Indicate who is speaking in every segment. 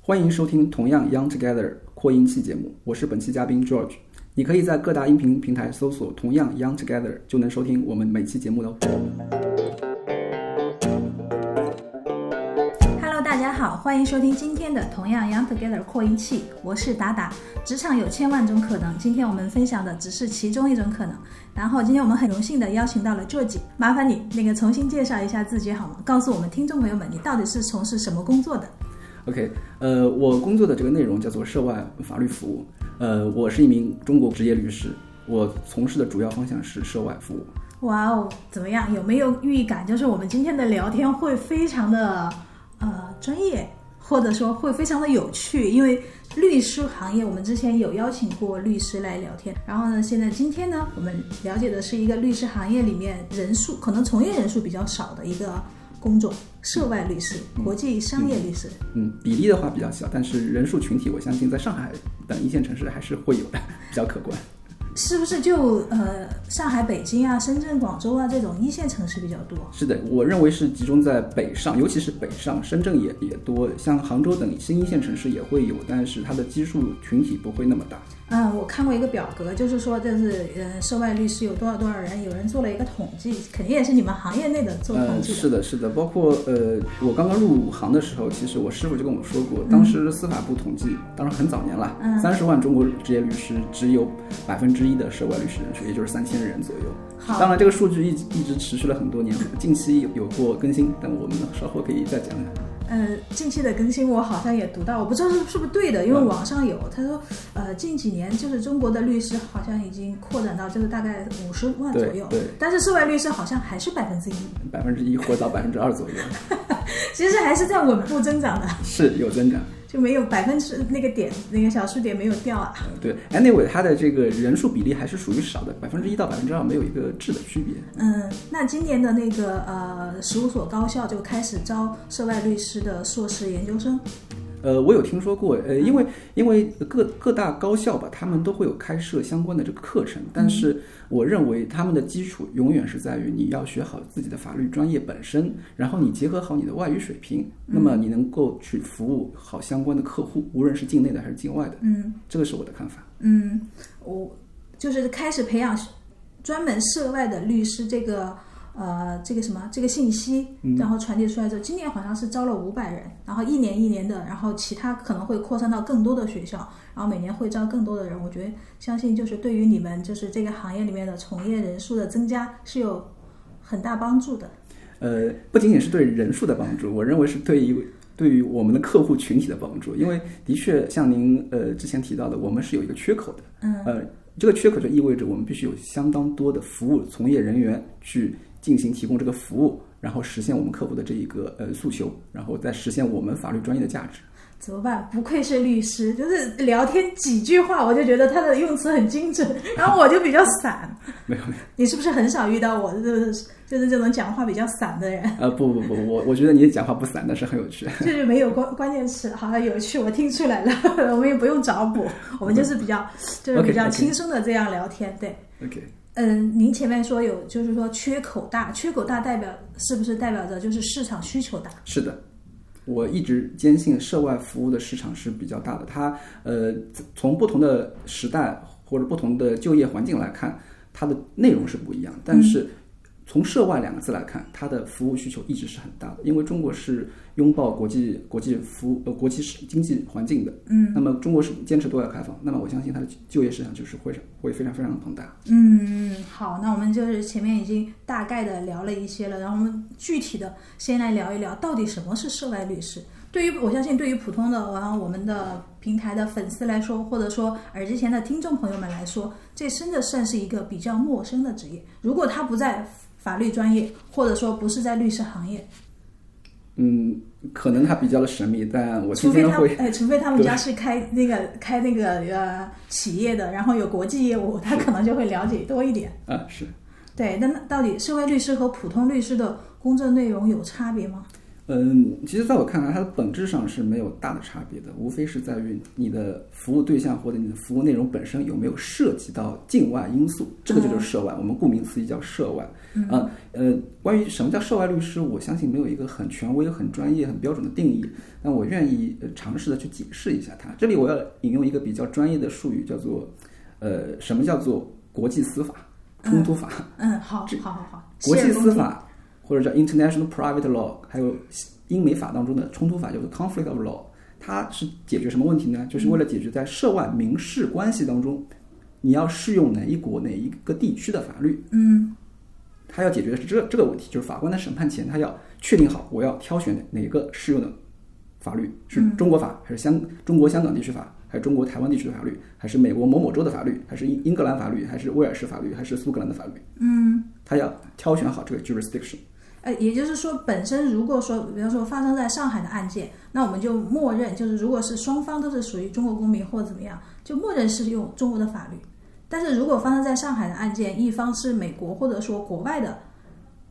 Speaker 1: 欢迎收听同样 Young Together 扩音器节目，我是本期嘉宾 George。你可以在各大音频平台搜索“同样 Young Together” 就能收听我们每期节目喽。
Speaker 2: Hello，大家好，欢迎收听今天的《同样 Young Together》扩音器，我是达达。职场有千万种可能，今天我们分享的只是其中一种可能。然后今天我们很荣幸的邀请到了 George，麻烦你那个重新介绍一下自己好吗？告诉我们听众朋友们，你到底是从事什么工作的？
Speaker 1: OK，呃，我工作的这个内容叫做涉外法律服务，呃，我是一名中国职业律师，我从事的主要方向是涉外服务。
Speaker 2: 哇哦，怎么样？有没有预感？就是我们今天的聊天会非常的呃专业，或者说会非常的有趣，因为律师行业我们之前有邀请过律师来聊天，然后呢，现在今天呢，我们了解的是一个律师行业里面人数可能从业人数比较少的一个工种——涉外律师、国际商业律师。
Speaker 1: 嗯，比例的话比较小，但是人数群体我相信在上海等一线城市还是会有的，比较可观。
Speaker 2: 是不是就呃上海、北京啊、深圳、广州啊这种一线城市比较多？
Speaker 1: 是的，我认为是集中在北上，尤其是北上，深圳也也多，像杭州等新一线城市也会有，但是它的基数群体不会那么大。
Speaker 2: 嗯，我看过一个表格，就是说这是呃涉外律师有多少多少人，有人做了一个统计，肯定也是你们行业内的做统
Speaker 1: 呃，
Speaker 2: 计的。
Speaker 1: 是的，是的，包括呃，我刚刚入行的时候，其实我师傅就跟我说过，当时司法部统计，当然很早年了，
Speaker 2: 嗯
Speaker 1: 三十万中国职业律师只有百分之一的涉外律师人数，也就是三千人左右。嗯
Speaker 2: 好
Speaker 1: 当然，这个数据一直一直持续了很多年，近期有有过更新，但我们稍后可以再讲讲。
Speaker 2: 呃，近期的更新我好像也读到，我不知道是是不是对的，因为
Speaker 1: 嗯
Speaker 2: 网上有他说，呃，近几年就是中国的律师好像已经扩展到就是大概五十万左
Speaker 1: 对
Speaker 2: 右，
Speaker 1: 对，
Speaker 2: 但是涉外律师好像还是百分之一，
Speaker 1: 百分之一或到百分之二左右，
Speaker 2: 其实还是在稳步增长的，
Speaker 1: 是有增长。
Speaker 2: 就没有百分之那个点那个小数点没有掉啊。
Speaker 1: 呃对，anyway，它的这个人数比例还是属于少的，百分之一到百分之二没有一个质的区别。
Speaker 2: 嗯，那今年的那个呃，十五所高校就开始招涉外律师的硕士研究生。
Speaker 1: 呃，我有听说过，呃，因为因为各各大高校吧，他们都会有开设相关的这个课程，但是我认为他们的基础永远是在于你要学好自己的法律专业本身，然后你结合好你的外语水平，那么你能够去服务好相关的客户，无论是境内的还是境外的，
Speaker 2: 嗯
Speaker 1: 这个是我的看法。
Speaker 2: 嗯，我就是开始培养专门涉外的律师这个呃这个什么这个信息，然后传递出来之后，今年好像是招了五百人，然后一年一年的，然后其他可能会扩散到更多的学校，然后每年会招更多的人。我觉得相信就是对于你们就是这个行业里面的从业人数的增加是有很大帮助的。
Speaker 1: 呃，不仅仅是对人数的帮助，我认为是对于对于我们的客户群体的帮助，因为的确像您呃之前提到的，我们是有一个缺口的，
Speaker 2: 嗯，
Speaker 1: 呃，这个缺口就意味着我们必须有相当多的服务从业人员去进行提供这个服务，然后实现我们客户的这一个呃诉求，然后再实现我们法律专业的价值。
Speaker 2: 怎么办？不愧是律师，就是聊天几句话，我就觉得他的用词很精准， 然后我就比较散。
Speaker 1: 没有没有，
Speaker 2: 你是不是很少遇到我就是就是这种讲话比较散的人？
Speaker 1: 呃，不不不，我我觉得你讲话不散，但是很有趣。
Speaker 2: 就是没有关关键词，好像有趣，我听出来了， 我们也不用找补，我们就是比较就是比较
Speaker 1: OK，OK
Speaker 2: 轻松的这样聊天。对，
Speaker 1: OK，
Speaker 2: 嗯，您前面说有就是说缺口大，缺口大代表是不是代表着就是市场需求大？
Speaker 1: 是的，我一直坚信涉外服务的市场是比较大的。它呃，从不同的时代或者不同的就业环境来看，它的内容是不一样，
Speaker 2: 嗯
Speaker 1: 但是。从“涉外”两个字来看，它的服务需求一直是很大的，因为中国是拥抱国际国际服务呃国际市经济环境的，嗯，那么中国是坚持对外开放，那么我相信它的就业市场就是会会非常非常的庞大。
Speaker 2: 嗯，好，那我们就是前面已经大概的聊了一些了，然后我们具体的先来聊一聊，到底什么是涉外律师？对于我相信，对于普通的然后我们的平台的粉丝来说，或者说耳机前的听众朋友们来说，这真的算是一个比较陌生的职业。如果他不在法律专业，或者说不是在律师行业，
Speaker 1: 嗯，可能它比较的神秘，但我今
Speaker 2: 除非
Speaker 1: 天
Speaker 2: 他
Speaker 1: 会
Speaker 2: 哎，除非他们家是开那个开那个呃企业的，然后有国际业务，他可能就会了解多一点。
Speaker 1: 啊是。
Speaker 2: 对，那那到底社会律师和普通律师的工作内容有差别吗？
Speaker 1: 嗯，其实在我看来，它的本质上是没有大的差别的，无非是在于你的服务对象或者你的服务内容本身有没有涉及到境外因素，这个就叫涉外。我们顾名思义叫涉外。啊、呃，关于什么叫涉外律师，我相信没有一个很权威、很专业、很标准的定义，但我愿意呃尝试的去解释一下它。这里我要引用一个比较专业的术语，叫做呃，什么叫做国际司法冲突法？
Speaker 2: 嗯，好，好好好，
Speaker 1: 国际
Speaker 2: 谢谢
Speaker 1: 司
Speaker 2: 公听，
Speaker 1: 法或者叫 international private law，还有英美法当中的冲突法叫做 conflict of law，它是解决什么问题呢？就是为了解决在涉外民事关系当中，你要适用哪一国哪一个地区的法律，
Speaker 2: 嗯
Speaker 1: 它要解决的是这这个问题，就是法官在审判前，他要确定好我要挑选哪哪个适用的法律，是中国法还是香中国香港地区法，还是中国台湾地区的法律，还是美国某某州的法律，还是英英格兰法律，还是威尔士法律，还是苏格兰的法律，
Speaker 2: 嗯，
Speaker 1: 他要挑选好这个 jurisdiction。
Speaker 2: 呃，也就是说，本身如果说，比方说发生在上海的案件，那我们就默认就是，如果是双方都是属于中国公民或者怎么样，就默认是用中国的法律。但是如果发生在上海的案件，一方是美国或者说国外的，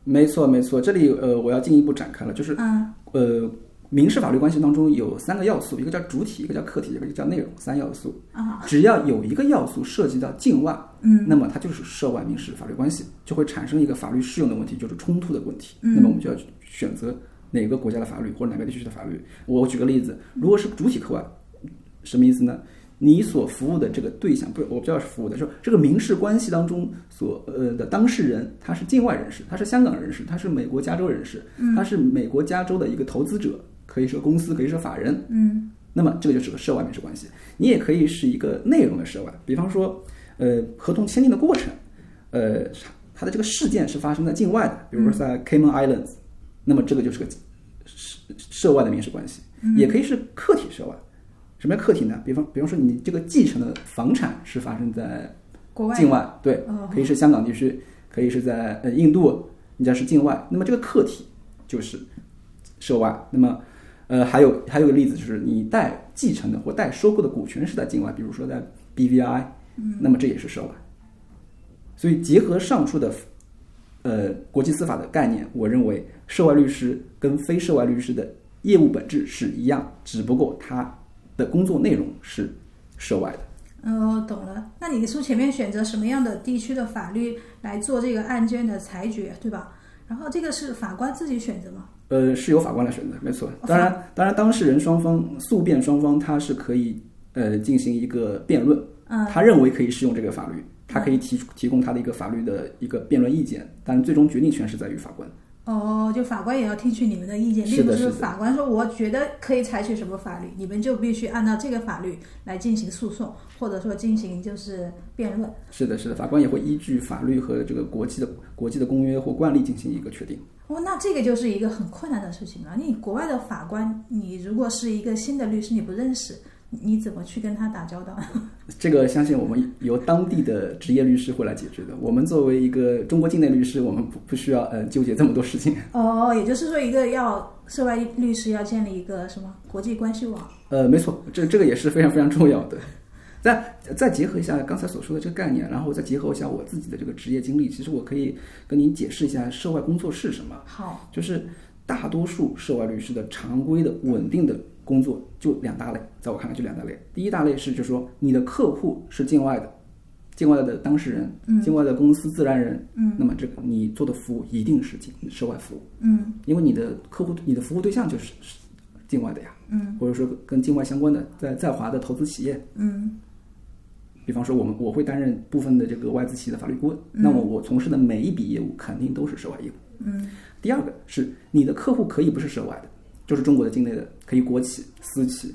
Speaker 1: 没错，没错，这里呃，我要进一步展开了，就是
Speaker 2: 嗯
Speaker 1: 呃，民事法律关系当中有三个要素，一个叫主体，一个叫客体，一个叫内容，三要素。
Speaker 2: 啊，
Speaker 1: 只要有一个要素涉及到境外，
Speaker 2: 嗯
Speaker 1: 那么它就是涉外民事法律关系，就会产生一个法律适用的问题，就是冲突的问题。
Speaker 2: 嗯
Speaker 1: 那么我们就要选择哪个国家的法律或者哪个地区的法律。我我举个例子，如果是主体课外，什么意思呢？你所服务的这个对象，不是我不叫是服务的，就是这个民事关系当中所呃的当事人，他是境外人士，他是香港人士，他是美国加州人士，他是美国加州的一个投资者，可以是公司，可以是法人，
Speaker 2: 嗯
Speaker 1: 那么这个就是个涉外民事关系。你也可以是一个内容的涉外，比方说，呃，合同签订的过程，呃，它的这个事件是发生在境外的，比如说在 Cayman Islands，、那么这个就是个涉涉外的民事关系，也可以是客体涉外。什么叫客体呢？比方，比方说你这个继承的房产是发生在
Speaker 2: 国外的
Speaker 1: 境外，对
Speaker 2: 哦，
Speaker 1: 可以是香港地区，可以是在呃印度，你只要是境外，那么这个客体就是涉外。那么，呃，还有还有一个例子就是你代继承的或代收购的股权是在境外，比如说在 BVI，那
Speaker 2: 嗯
Speaker 1: 么这也是涉外。所以结合上述的呃国际司法的概念，我认为涉外律师跟非涉外律师的业务本质是一样，只不过他的工作内容是涉外的。
Speaker 2: 嗯，我懂了。那你说前面选择什么样的地区的法律来做这个案件的裁决，对吧？然后这个是法官自己选择吗？
Speaker 1: 呃，是由法官来选择，没错。当然，当然，当事人双方、诉辩双方，他是可以呃进行一个辩论，
Speaker 2: 嗯
Speaker 1: 他认为可以适用这个法律，他可以提出提供他的一个法律的一个辩论意见，但最终决定权是在于法官。
Speaker 2: 哦，就法官也要听取你们的意见，
Speaker 1: 是
Speaker 2: 并
Speaker 1: 的
Speaker 2: 不
Speaker 1: 是
Speaker 2: 是
Speaker 1: 的
Speaker 2: 法官说我觉得可以采取什么法律，你们就必须按照这个法律来进行诉讼，或者说进行就是辩论。
Speaker 1: 是的，是的，法官也会依据法律和这个国际的国际的公约或惯例进行一个确定。
Speaker 2: 哦，那这个就是一个很困难的事情了。你国外的法官，你如果是一个新的律师，你不认识，你怎么去跟他打交道？
Speaker 1: 这个相信我们由当地的职业律师会来解决的。我们作为一个中国境内律师，我们不不需要呃纠结这么多事情。
Speaker 2: 哦，也就是说，一个要涉外律师要建立一个什么国际关系网？
Speaker 1: 呃，没错，这这个也是非常非常重要的。再再结合一下刚才所说的这个概念，然后再结合一下我自己的这个职业经历，其实我可以跟您解释一下涉外工作是什么。
Speaker 2: 好，
Speaker 1: 就是大多数涉外律师的常规的稳定的工作就两大类，在我看来就两大类。第一大类是，就是说你的客户是境外的，境外的当事人，境外的公司自然人，
Speaker 2: 嗯
Speaker 1: 那么这个你做的服务一定是境涉外服务，
Speaker 2: 嗯
Speaker 1: 因为你的客户、你的服务对象就是是境外的呀，
Speaker 2: 嗯
Speaker 1: 或者说跟境外相关的在在华的投资企业，
Speaker 2: 嗯
Speaker 1: 比方说我们我会担任部分的这个外资企业的法律顾问，那么我从事的每一笔业务肯定都是涉外业务。
Speaker 2: 嗯，
Speaker 1: 第二个是你的客户可以不是涉外的，就是中国的境内的，可以国企、私企，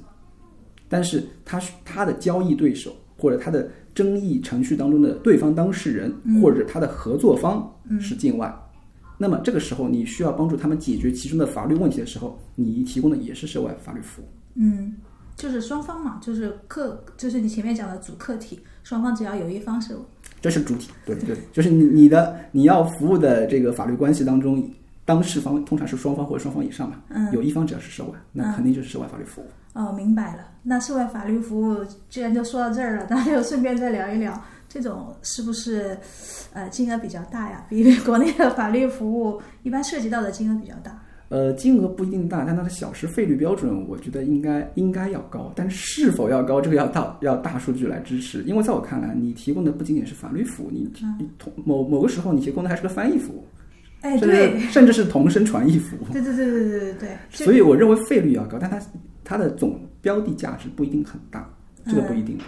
Speaker 1: 但是他是他的交易对手或者他的争议程序当中的对方当事人、
Speaker 2: 嗯
Speaker 1: 或者他的合作方是境外。那么这个时候，你需要帮助他们解决其中的法律问题的时候，你提供的也是涉外法律服务。
Speaker 2: 嗯，就是双方嘛，就是客，就是你前面讲的主客体，双方只要有一方是
Speaker 1: 这是主体，对对，就是你你的你要服务的这个法律关系当中，当事方通常是双方或者双方以上嘛，
Speaker 2: 嗯
Speaker 1: 有一方只要是涉外，那肯定就是涉外法律服务。
Speaker 2: 哦，明白了。那涉外法律服务居然就说到这儿了，那就顺便再聊一聊，这种是不是呃金额比较大呀？比国内的法律服务一般涉及到的金额比较大。
Speaker 1: 呃，金额不一定大，但它的小时费率标准，我觉得应该应该要高，但是否要高，这个要大要大数据来支持。因为在我看来，你提供的不仅仅是法律服务，你提同某某个时候你提供的还是个翻译服务，
Speaker 2: 哎，
Speaker 1: 甚
Speaker 2: 对
Speaker 1: 至，甚至是同声传译服务。
Speaker 2: 对对对对对对对，就
Speaker 1: 所以我认为费率要高，但它它的总标的价值不一定很大，这个不
Speaker 2: 嗯
Speaker 1: 一定。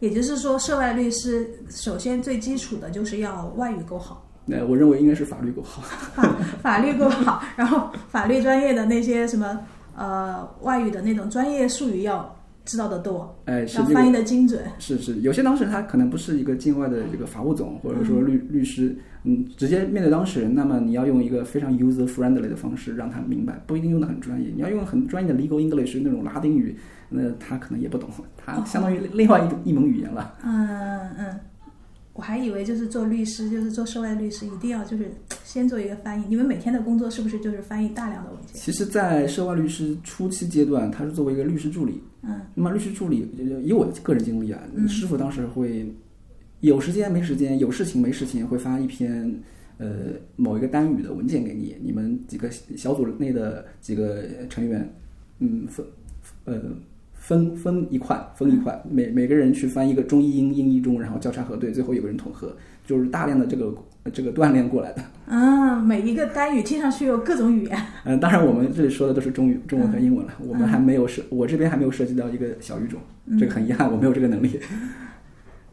Speaker 2: 也就是说，涉外律师首先最基础的就是要外语够好，
Speaker 1: 那、呃我认为应该是法律够好。
Speaker 2: 法 法律够好，然后法律专业的那些什么呃外语的那种专业术语要知道的多，
Speaker 1: 哎，是
Speaker 2: 要
Speaker 1: 这个
Speaker 2: 翻译的精准。
Speaker 1: 是是，有些当事人他可能不是一个境外的这个法务总或者说律、律师，嗯，直接面对当事人，那么你要用一个非常 user friendly 的方式让他明白，不一定用的很专业，你要用很专业的 legal English 那种拉丁语，那他可能也不懂，他相当于另外一种一门语言了。
Speaker 2: 嗯嗯，我还以为就是做律师，就是做涉外律师，一定要就是先做一个翻译。你们每天的工作是不是就是翻译大量的文件？
Speaker 1: 其实，在涉外律师初期阶段，他是作为一个律师助理。
Speaker 2: 嗯，
Speaker 1: 那么律师助理，呃以我的个人经历啊，
Speaker 2: 嗯
Speaker 1: 师傅当时会有时间没时间，有事情没事情，会发一篇呃某一个单语的文件给你，你们几个小组内的几个成员，嗯，分呃分分一块，分一块，每每个人去翻一个中译英、英译中，然后交叉核对，最后有个人统合，就是大量的这个呃这个锻炼过来的。
Speaker 2: 嗯，每一个单语听上去有各种语言。
Speaker 1: 嗯，当然我们这里说的都是中语、中文和英文了，我们还没有涉，我这边还没有涉及到一个小语种，
Speaker 2: 嗯
Speaker 1: 这个很遗憾，我没有这个能力。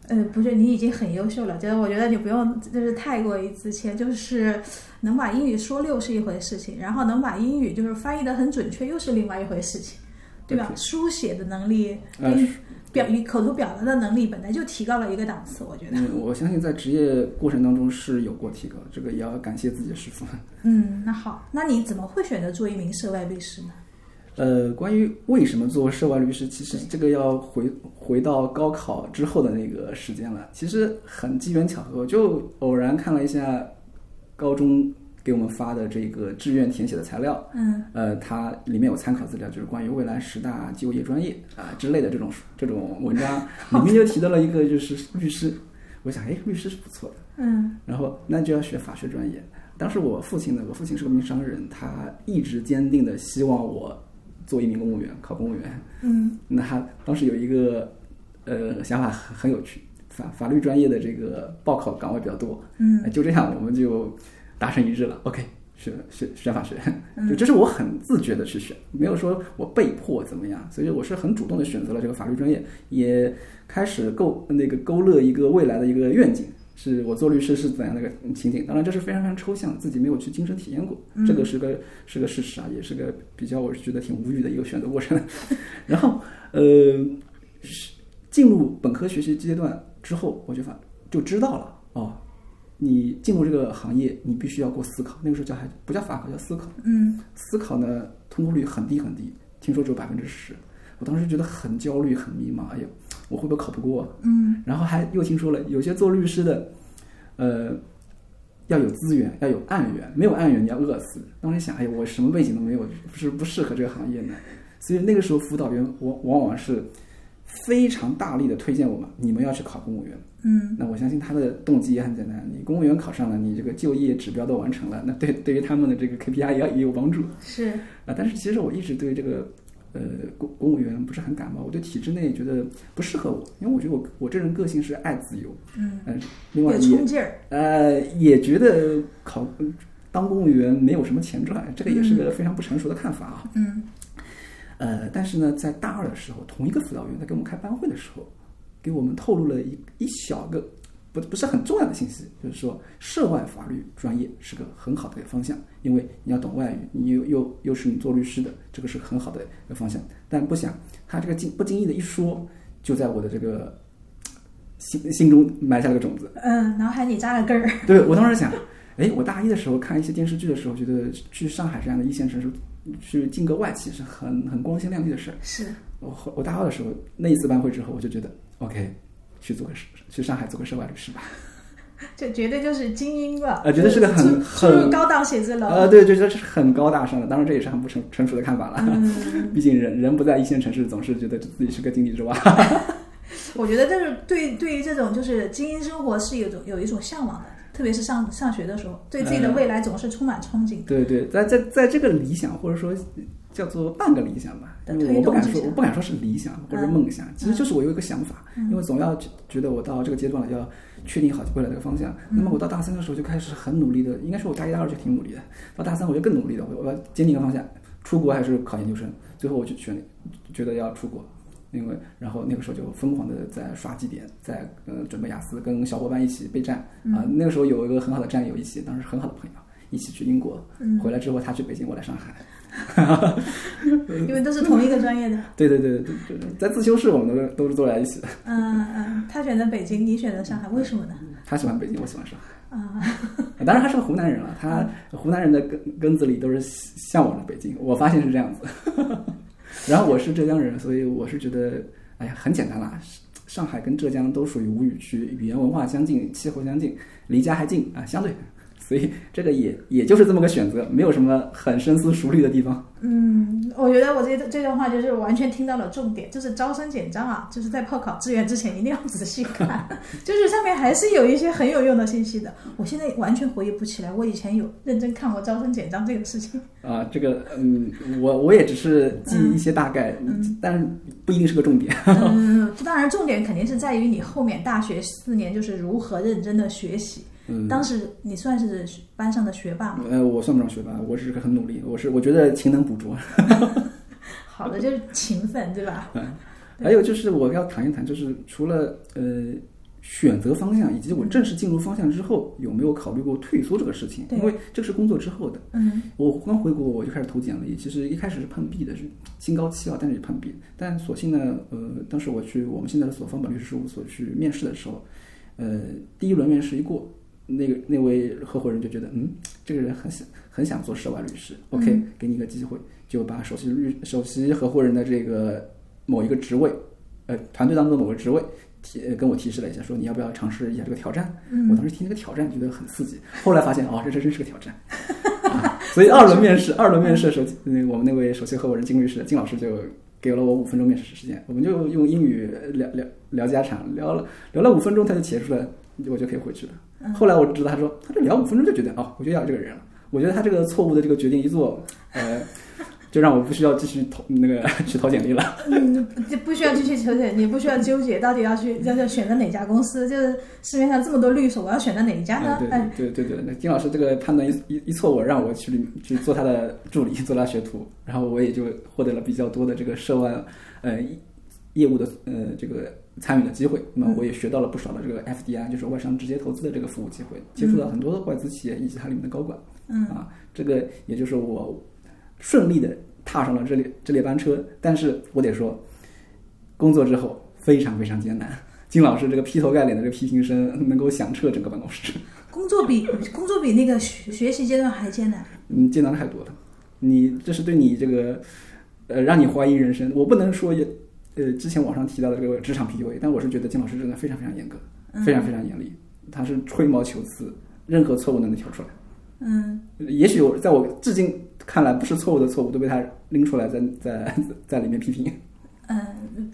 Speaker 2: 呃，不是，你已经很优秀了，就是我觉得你不用就是太过于自谦，就是能把英语说溜是一回事情，然后能把英语就是翻译的很准确又是另外一回事情，对吧？
Speaker 1: 对
Speaker 2: 书写的能力
Speaker 1: 呃
Speaker 2: 跟表与口头表达的能力本来就提高了一个档次，我觉得。
Speaker 1: 嗯，我相信在职业过程当中是有过提高，这个也要感谢自己的师傅。
Speaker 2: 嗯，那好，那你怎么会选择做一名涉外律师呢？
Speaker 1: 呃，关于为什么做涉外律师，其实这个要回回到高考之后的那个时间了。其实很机缘巧合，就偶然看了一下高中给我们发的这个志愿填写的材料，
Speaker 2: 嗯，
Speaker 1: 呃，它里面有参考资料，就是关于未来十大就业专业啊、之类的这种这种文章，里面就提到了一个就是律师，我想哎，律师是不错的，
Speaker 2: 嗯
Speaker 1: 然后那就要学法学专业。当时我父亲呢，我父亲是个名商人，他一直坚定的希望我做一名公务员，考公务员。
Speaker 2: 嗯
Speaker 1: 那他当时有一个呃想法很很有趣，法法律专业的这个报考岗位比较多，
Speaker 2: 嗯
Speaker 1: 哎就这样我们就达成一致了。OK，选选选法学，
Speaker 2: 嗯
Speaker 1: 就这是我很自觉的去选，没有说我被迫怎么样，所以我是很主动的选择了这个法律专业，也开始勾那个勾勒一个未来的一个愿景。是我做律师是怎样的一个情景？当然这是非常非常抽象，自己没有去亲身体验过，
Speaker 2: 嗯
Speaker 1: 这个是个是个事实啊，也是个比较我是觉得挺无语的一个选择过程。 然后呃，是进入本科学习阶段之后，我就发就知道了哦，你进入这个行业，你必须要过思考。那个时候叫还不叫法考，叫思考。
Speaker 2: 嗯
Speaker 1: 思考呢，通过率很低很低，听说只有百分之十。我当时觉得很焦虑，很迷茫。哎呦，我会不会考不过啊？
Speaker 2: 嗯
Speaker 1: 然后还又听说了，有些做律师的，呃，要有资源，要有案源，没有案源你要饿死。当时想，哎呀，我什么背景都没有，是不适合这个行业呢？所以那个时候辅导员往往往是非常大力的推荐我们，你们要去考公务员。
Speaker 2: 嗯
Speaker 1: 那我相信他的动机也很简单，你公务员考上了，你这个就业指标都完成了，那对对于他们的这个 KPI 也要也有帮助
Speaker 2: 是
Speaker 1: 啊。但是其实我一直对这个呃公公务员不是很感冒，我对体制内觉得不适合我，因为我觉得我我这人个性是爱自由，
Speaker 2: 嗯
Speaker 1: 嗯、另外
Speaker 2: 有
Speaker 1: 也
Speaker 2: 冲劲儿，
Speaker 1: 呃也觉得考当公务员没有什么前赚，这个也是个非常不成熟的看法啊。
Speaker 2: 嗯
Speaker 1: 呃，但是呢，在大二的时候，同一个辅导员在给我们开班会的时候，给我们透露了一一小个不不是很重要的信息，就是说涉外法律专业是个很好的一个方向，因为你要懂外语，你又又又是你做律师的，这个是很好的一个方向。但不想他这个经不经意的一说，就在我的这个心心中埋下了个种子。
Speaker 2: 嗯，脑海里扎了根儿，
Speaker 1: 对我当时想，哎，我大一的时候看一些电视剧的时候，觉得去上海这样的一线城市去进个外企是很很光鲜亮丽的事儿。
Speaker 2: 是
Speaker 1: 我后我大二的时候那一次班会之后，我就觉得 OK，去做个涉去上海做个涉外律师吧。
Speaker 2: 这绝对就是精英了，
Speaker 1: 啊绝对是个很
Speaker 2: 出出入
Speaker 1: 很
Speaker 2: 高档写字楼，
Speaker 1: 呃，对，就觉得这是很高大上的，当然这也是很不成成熟的看法了。
Speaker 2: 嗯
Speaker 1: 毕竟人人不在一线城市，总是觉得自己是个井底之蛙。
Speaker 2: 我觉得这是对对于这种就是精英生活是有种有一种向往的，特别是上上学的时候，对自己
Speaker 1: 嗯
Speaker 2: 的未来总是充满憧憬。
Speaker 1: 对对，在在在这个理想或者说叫做半个理想吧，
Speaker 2: 的
Speaker 1: 因为
Speaker 2: 推
Speaker 1: 我不
Speaker 2: 动嗯
Speaker 1: 敢
Speaker 2: 之
Speaker 1: 说
Speaker 2: 下
Speaker 1: 我不敢说是理想或者是梦想，其实就是我有一个想法，
Speaker 2: 嗯
Speaker 1: 因为总要觉觉得我到这个阶段了要确定好未来这个方向。
Speaker 2: 嗯
Speaker 1: 那么我到大三的时候就开始很努力的，应该说我大一大二就挺努力的，到大三我就更努力了，我我要坚定一个方向，出国还是考研究生。最后我就选觉得要出国，因为然后那个时候就疯狂的在刷绩点，在呃准备雅思，跟小伙伴一起备战啊、
Speaker 2: 嗯
Speaker 1: 那个时候有一个很好的战友，一起当时很好的朋友，一起去英国，
Speaker 2: 嗯
Speaker 1: 回来之后他去北京，我来上海。
Speaker 2: 因为都是同一个专业的。
Speaker 1: 对对对对对，对在自修室我们都都是坐在一起的。
Speaker 2: 嗯嗯，他选择北京，你选择上海，为什么呢？
Speaker 1: 他喜欢北京，我喜欢上
Speaker 2: 啊、
Speaker 1: 海。当然他是个湖南人了，他湖南人的根根子里都是向往着北京。我发现是这样子。然后我是浙江人，所以我是觉得，哎呀，很简单啦。上海跟浙江都属于吴语区，语言文化相近，气候相近，离家还近啊，相对。所以这个也也就是这么个选择，没有什么很深思熟虑的地方。
Speaker 2: 嗯，我觉得我这这段话就是完全听到了重点，就是招生简章啊，就是在报考志愿之前一定要仔细看， 就是上面还是有一些很有用的信息的。我现在完全回忆不起来，我以前有认真看过招生简章这个事情。
Speaker 1: 啊，这个嗯，我我也只是记一些大概，嗯但是不一定是个重点。
Speaker 2: 嗯，当然重点肯定是在于你后面大学四年就是如何认真的学习。
Speaker 1: 嗯，
Speaker 2: 当时你算是班上的学霸吗？
Speaker 1: 呃，我算不上学霸，我只是很努力，我是我觉得勤能补拙。
Speaker 2: 好的，就是勤奋，对吧？
Speaker 1: 还有就是我要谈一谈，就是除了呃选择方向，以及我正式进入方向之后，有没有考虑过退缩这个事情？
Speaker 2: 对
Speaker 1: 因为这是工作之后的。
Speaker 2: 嗯
Speaker 1: 我刚回国我就开始投简历，其实一开始是碰壁的，是新高期啊，但是也碰壁。但所幸呢，呃，当时我去我们现在的所方本律师事务所去面试的时候，呃，第一轮面试一过，那个那位合伙人就觉得，嗯，这个人很想很想做涉外律师，OK，、给你一个机会，就把首席律首席合伙人的这个某一个职位，呃，团队当中的某个职位。提呃跟我提示了一下，说你要不要尝试一下这个挑战？
Speaker 2: 嗯
Speaker 1: 我当时听这个挑战觉得很刺激，后来发现哦，这真真是个挑战。啊所以二轮面试，二轮面试的时候，那个我们那位首席合伙人金律师，金老师就给了我五分钟面试时间，我们就用英语聊聊聊家常，聊了聊了五分钟，他就结束了，我就可以回去了。后来我知道他说，他这聊五分钟就觉得哦，我就要这个人了。我觉得他这个错误的这个决定一做，呃，就让我不需要继续投那个 去投简历了。
Speaker 2: 嗯，就不需要继续求解，你不需要纠结到底要去要要选择哪家公司，就是市面上这么多律所，我要选择哪一家呢？哎，
Speaker 1: 啊嗯对对对对对，那金老师这个判断一一一错误，让我去去做他的助理，做他学徒，然后我也就获得了比较多的这个涉外呃业务的呃这个参与的机会。那么我也学到了不少的这个 FDI，就是外商直接投资的这个服务机会，接触到很多的外资企业以及它里面的高管。
Speaker 2: 嗯
Speaker 1: 啊，这个也就是我顺利的踏上了这列这列班车，但是我得说，工作之后非常非常艰难。金老师这个劈头盖脸的这个批评声，能够响彻整个办公室。
Speaker 2: 工作比工作比那个学学习阶段还艰难。
Speaker 1: 嗯，艰难太多了。你这是对你这个，呃，让你怀疑人生。我不能说也，呃，之前网上提到的这个职场 PUA，但我是觉得金老师真的非常非常严格，
Speaker 2: 嗯
Speaker 1: 非常非常严厉，他是吹毛求疵，任何错误都能挑出来。
Speaker 2: 嗯，
Speaker 1: 也许我在我至今看来不是错误的错误，都被他拎出来在在在里面批评。
Speaker 2: 呃，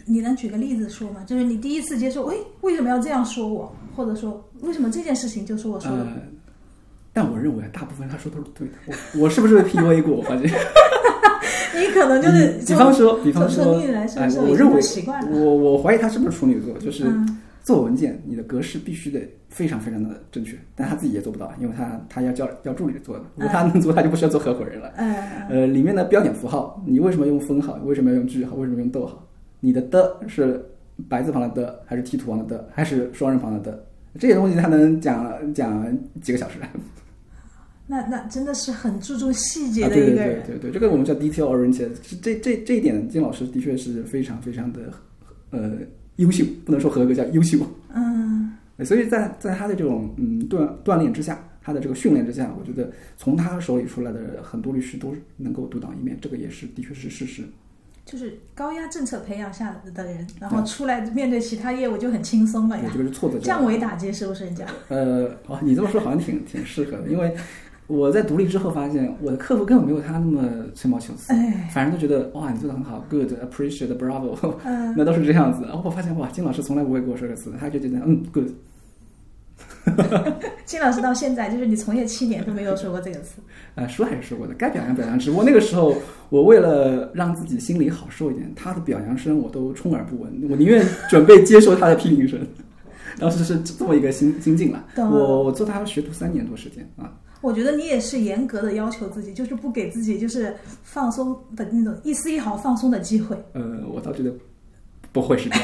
Speaker 2: 你能举个例子说吗？就是你第一次接受，哎，为什么要这样说我？或者说，为什么这件事情就是我说的？
Speaker 1: 呃，但我认为大部分他说都是对的。我我是不是被 PUA 过？我发现。
Speaker 2: 你可能 就是
Speaker 1: 比嗯比
Speaker 2: 从
Speaker 1: 方说，比方说
Speaker 2: 从另一来，说
Speaker 1: 哎，
Speaker 2: 是
Speaker 1: 我
Speaker 2: 已
Speaker 1: 认
Speaker 2: 经
Speaker 1: 为
Speaker 2: 习惯了
Speaker 1: 我我怀疑他是不是处女座，就是
Speaker 2: 嗯
Speaker 1: 做文件，你的格式必须得非常非常的正确，但他自己也做不到，因为他他要叫要助理做的，如果他
Speaker 2: 嗯
Speaker 1: 能做，他就不需要做合伙人了。
Speaker 2: 呃，
Speaker 1: 呃，里面的标点符号，你为什么用分号？为什么要用句号？为什么用逗号？你的的是白字旁的的，还是提土旁的的，还是双人旁的的？这些东西他能讲讲几个小时？
Speaker 2: 那那真的是很注重细节
Speaker 1: 啊，
Speaker 2: 的
Speaker 1: 对
Speaker 2: 一
Speaker 1: 对
Speaker 2: 个
Speaker 1: 对
Speaker 2: 人。
Speaker 1: 对对，这个我们叫 detail oriented，这这这一点金老师的确是非常非常的呃优秀，不能说合格，叫优秀。
Speaker 2: 嗯
Speaker 1: 所以在在他的这种嗯锻锻炼之下，他的这个训练之下，我觉得从他手里出来的很多律师都能够独当一面，这个也是的确是事实。
Speaker 2: 就是高压政策培养下的人，然后
Speaker 1: 嗯
Speaker 2: 出来面对其他业务就很轻松了
Speaker 1: 对
Speaker 2: 呀，
Speaker 1: 这个是错的。
Speaker 2: 降维打击是不是？你讲，
Speaker 1: 呃，哦，你这么说好像挺挺适合的，因为我在独立之后发现，我的客户根本没有他那么吹毛求疵，
Speaker 2: 哎
Speaker 1: 反而都觉得哇，你做的很好，good，appreciate，bravo，
Speaker 2: 嗯、
Speaker 1: 那都是这样子。然后我发现哇，金老师从来不会给我说这个词，他就觉得嗯，good。
Speaker 2: 金老师到现在，就是你从业七年都没有说过这个词。
Speaker 1: 呃，说还是说过的，该表扬表扬。只不过那个时候，我为了让自己心里好受一点，他的表扬声我都充耳不闻，我宁愿准备接受他的批评声。 当时是这么一个心心境了。
Speaker 2: 懂了
Speaker 1: 我我做他学徒三年多时间啊，
Speaker 2: 我觉得你也是严格的要求自己，就是不给自己就是放松的那种一丝一毫放松的机会。
Speaker 1: 呃，我倒觉得不会是这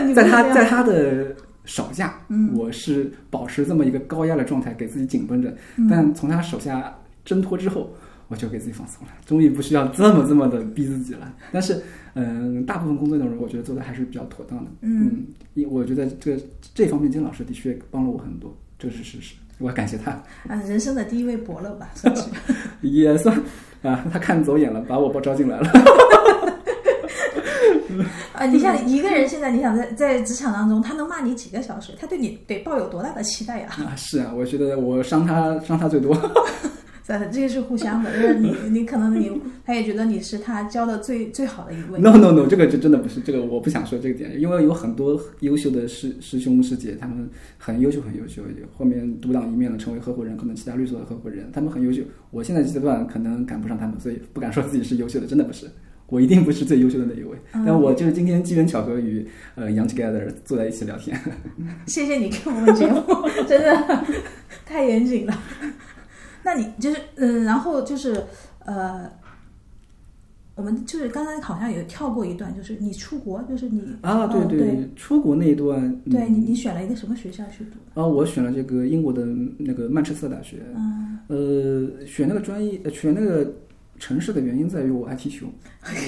Speaker 1: 样。
Speaker 2: 你不
Speaker 1: 在
Speaker 2: 是
Speaker 1: 他
Speaker 2: 这样嗯
Speaker 1: 在他的手下，我是保持这么一个高压的状态，给自己紧绷着。
Speaker 2: 嗯
Speaker 1: 但从他手下挣脱之后，我就给自己放松了，终于不需要这么这么的逼自己了。但是，嗯、大部分工作内容我觉得做的还是比较妥当的。嗯，因我觉得这这方面金老师的确帮了我很多，这是事实。我感谢他，
Speaker 2: 啊，人生的第一位伯乐吧，算
Speaker 1: 嗯
Speaker 2: 是。
Speaker 1: 也算啊、他看走眼了，把我招进来了。
Speaker 2: 啊，你像一个人现在，你想在在职场当中，他能骂你几个小时？他对你得抱有多大的期待呀、
Speaker 1: 啊，是啊，我觉得我伤他伤他最多。
Speaker 2: 真的，这个是互相的，就是你你可能你他也觉得你是他教的最最好的一位。
Speaker 1: No no no，这个就真的不是这个，我不想说这个点，因为有很多优秀的师师兄师姐，他们很优秀很优秀，后面独当一面的成为合伙人，可能其他律所的合伙人，他们很优秀。我现在阶段可能赶不上他们，所以不敢说自己是优秀的，真的不是。我一定不是最优秀的那一位，
Speaker 2: 嗯
Speaker 1: 但我就是今天机缘巧合与呃 Young Together 坐在一起聊天，
Speaker 2: 谢谢你给我们节目， 真的太严谨了。 那你就是嗯，然后就是呃，我们就是刚才好像有跳过一段，就是你出国，就是你
Speaker 1: 啊，对
Speaker 2: 哦对
Speaker 1: 对，出国那一段，嗯
Speaker 2: 对你你选了一个什么学校去读？
Speaker 1: 啊，我选了这个英国的那个曼彻斯特大学，
Speaker 2: 嗯，
Speaker 1: 呃，选那个专业，呃选那个城市的原因在于我爱踢球，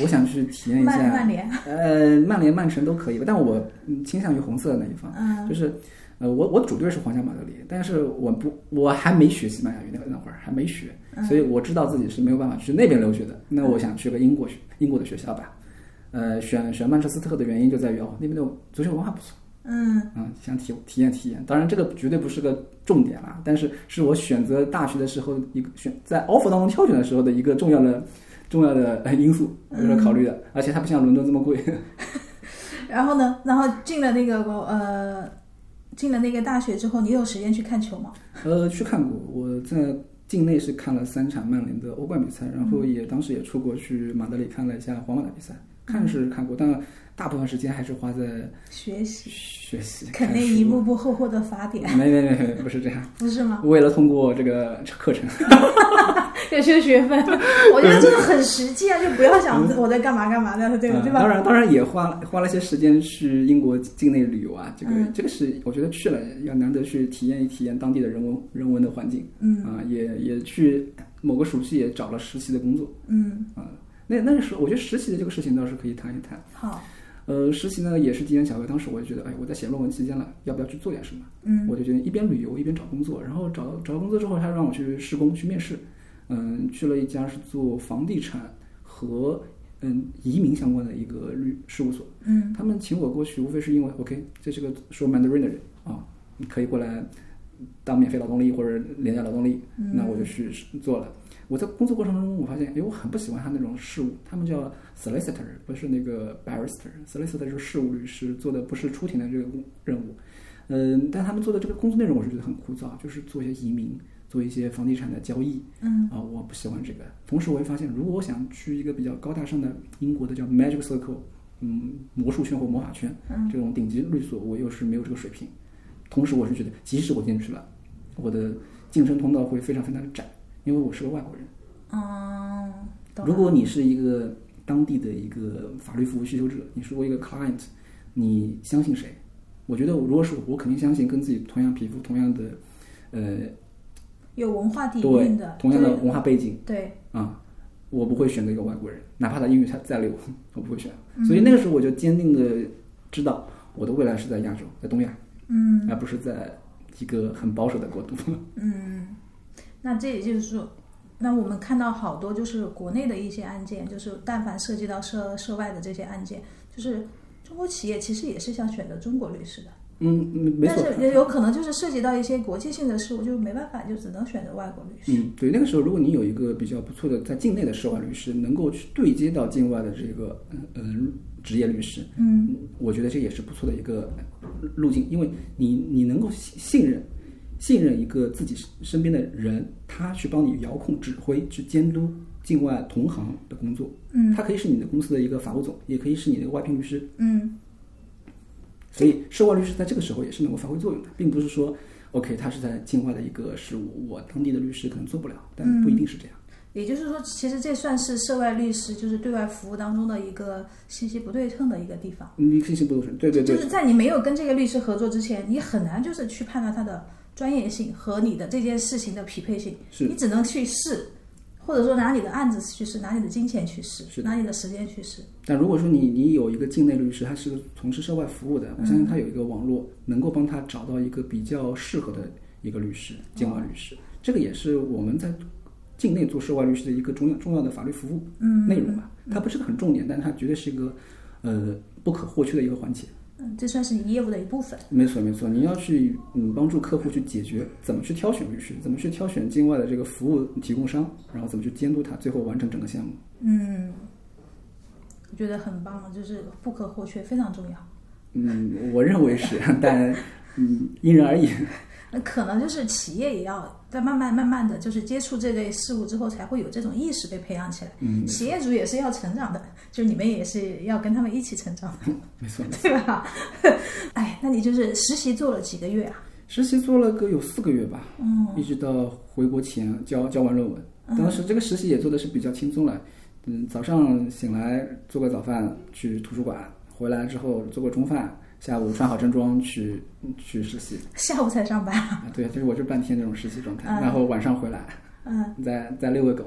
Speaker 1: 我想去体验一
Speaker 2: 曼
Speaker 1: 下
Speaker 2: 曼，联，
Speaker 1: 呃，曼联、曼城都可以吧，但我嗯倾向于红色的那一方，
Speaker 2: 嗯
Speaker 1: 就是呃，我我主队是皇家马德里，但是我不，我还没学西班牙语那个那会儿还没学，
Speaker 2: 嗯
Speaker 1: 所以我知道自己是没有办法去那边留学的，那我想去个英国学英国的学校吧，呃，选选曼彻斯特的原因就在于哦，那边的足球文化不错。
Speaker 2: 嗯，
Speaker 1: 嗯，想体体验体验。当然，这个绝对不是个重点啦，但是是我选择大学的时候一个选在 offer 当中挑选的时候的一个重要的重要的呃因素，我是考虑的。而且它不像伦敦这么贵。
Speaker 2: 然后呢，然后进了那个呃，进了那个大学之后，你有时间去看球吗？
Speaker 1: 呃，去看过，我在境内是看了三场曼联的欧冠比赛，然后也当时也出国去马德里看了一下皇马的比赛，看是看过，但大部分时间还是花在
Speaker 2: 学习，
Speaker 1: 学习。
Speaker 2: 肯
Speaker 1: 看
Speaker 2: 定一
Speaker 1: 书
Speaker 2: 步步厚厚的法 典，
Speaker 1: 没没没没，不是这样。
Speaker 2: 不是吗？
Speaker 1: 为了通过这个课程，
Speaker 2: 这是学分，我觉得这个很实际啊，就不要想我在干嘛干嘛的，对
Speaker 1: 嗯
Speaker 2: 对吧？
Speaker 1: 当然，当然也花了花了些时间去英国境内旅游啊，这个、
Speaker 2: 嗯
Speaker 1: 这个是我觉得去了要难得去体验一体验当地的人文人文的环境，
Speaker 2: 嗯
Speaker 1: 啊，也也去某个暑期也找了实习的工作
Speaker 2: 嗯，
Speaker 1: 啊。那那个时候，我觉得实习的这个事情倒是可以谈一谈。
Speaker 2: 好，
Speaker 1: 呃，实习呢也是机缘巧合，当时我就觉得，哎，我在写论文期间了，要不要去做点什么？
Speaker 2: 嗯，
Speaker 1: 我就决定一边旅游一边找工作，然后找到找到工作之后，他让我去试工去面试，嗯，去了一家是做房地产和嗯移民相关的一个律事务所，
Speaker 2: 嗯
Speaker 1: 他们请我过去无非是因为 OK，这是个说 Mandarin 的人啊，你可以过来当免费劳动力或者廉价劳动力，
Speaker 2: 嗯
Speaker 1: 那我就去做了。我在工作过程中，我发现，哎，我很不喜欢他那种事务，他们叫 solicitor，不是那个 barrister，solicitor 就是事务律师，做的不是出庭的这个工任务。嗯，但他们做的这个工作内容，我是觉得很枯燥，就是做一些移民，做一些房地产的交易。
Speaker 2: 嗯
Speaker 1: 啊、我不喜欢这个。同时，我会发现，如果我想去一个比较高大上的英国的叫 Magic Circle，嗯，魔术圈或魔法圈
Speaker 2: 嗯
Speaker 1: 这种顶级律所，我又是没有这个水平。同时，我是觉得，即使我进去了，我的晋升通道会非常非常的窄，因为我是个外国人。
Speaker 2: 嗯，懂
Speaker 1: 如
Speaker 2: 了。
Speaker 1: 果你是一个当地的一个法律服务需求者，你是我一个 client，你相信谁？我觉得，如果是我，我肯定相信跟自己同样皮肤、同样的，呃，
Speaker 2: 有文化底蕴
Speaker 1: 对
Speaker 2: 的，，
Speaker 1: 同样的
Speaker 2: 对
Speaker 1: 文化背景。
Speaker 2: 对，
Speaker 1: 啊，我不会选择一个外国人，哪怕他英语他再溜，我不会选。
Speaker 2: 嗯
Speaker 1: 所以那个时候我就坚定的知道，我的未来是在亚洲，在东亚，
Speaker 2: 嗯
Speaker 1: 而不是在一个很保守的国度。
Speaker 2: 嗯，那这也就是说，那我们看到好多就是国内的一些案件，就是但凡涉及到涉涉外的这些案件，就是中国企业其实也是想选择中国律师的，
Speaker 1: 嗯，嗯没
Speaker 2: 但
Speaker 1: 错。
Speaker 2: 是也有可能就是涉及到一些国际性的事务，就没办法，就只能选择外国律师。
Speaker 1: 嗯，对，那个时候如果你有一个比较不错的在境内的涉外律师，能够去对接到境外的这个嗯嗯职业律师，
Speaker 2: 嗯，
Speaker 1: 我觉得这也是不错的一个路径，因为你你能够信信任，信任一个自己身边的人，他去帮你遥控、指挥、去监督境外同行的工作。
Speaker 2: 嗯
Speaker 1: 他可以是你的公司的一个法务总，也可以是你的外聘律师。
Speaker 2: 嗯
Speaker 1: 所以，涉外律师在这个时候也是能够发挥作用的，并不是说，OK，他是在境外的一个事务，我当地的律师可能做不了，但
Speaker 2: 嗯
Speaker 1: 不一定是这样。
Speaker 2: 也就是说，其实这算是涉外律师就是对外服务当中的一个信息不对称的一个地方。
Speaker 1: 你可以信不信？对对
Speaker 2: 就
Speaker 1: 对
Speaker 2: 是在你没有跟这个律师合作之前，你很难就是去判断他的专业性和你的这件事情的匹配性，
Speaker 1: 是
Speaker 2: 你只能去试，或者说拿你的案子去试，拿你的金钱去试，
Speaker 1: 是
Speaker 2: 拿你的时间去试。
Speaker 1: 但如果说你你有一个境内律师，他是个从事涉外服务的，我相信他有一个网络能够帮他找到一个比较适合的一个律师，境外律师。这个也是我们在境内做涉外律师的一个重要重要的法律服务
Speaker 2: 嗯，
Speaker 1: 内容吧。它不是个很重点，但是它绝对是一个呃不可或缺的一个环节。
Speaker 2: 嗯，这算是你业务的一部分。
Speaker 1: 没错没错，你要去嗯帮助客户去解决怎么去挑选律师，怎么去挑选境外的这个服务提供商，然后怎么去监督他，最后完成整个项目。
Speaker 2: 嗯，我觉得很棒了，就是不可或缺，非常重要。
Speaker 1: 嗯，我认为是， 但嗯因人而异。
Speaker 2: 那可能就是企业也要在慢慢慢慢的就是接触这类事物之后，才会有这种意识被培养起来。
Speaker 1: 嗯，
Speaker 2: 企业主也是要成长的，就是你们也是要跟他们一起成长的。
Speaker 1: 没错。
Speaker 2: 对吧？ 哎，那你就是实习做了几个月啊？
Speaker 1: 实习做了个有四个月吧，
Speaker 2: 嗯
Speaker 1: 一直到回国前交交完论文。当时这个实习也做的是比较轻松了，嗯，早上醒来做个早饭，去图书馆，回来之后做个中饭，下午穿好正装去嗯去实 习。
Speaker 2: 下午才上班。
Speaker 1: 啊，对，就是我这半天这种实习状态，
Speaker 2: 嗯
Speaker 1: 然后晚上回来
Speaker 2: 嗯，
Speaker 1: 再再遛个狗。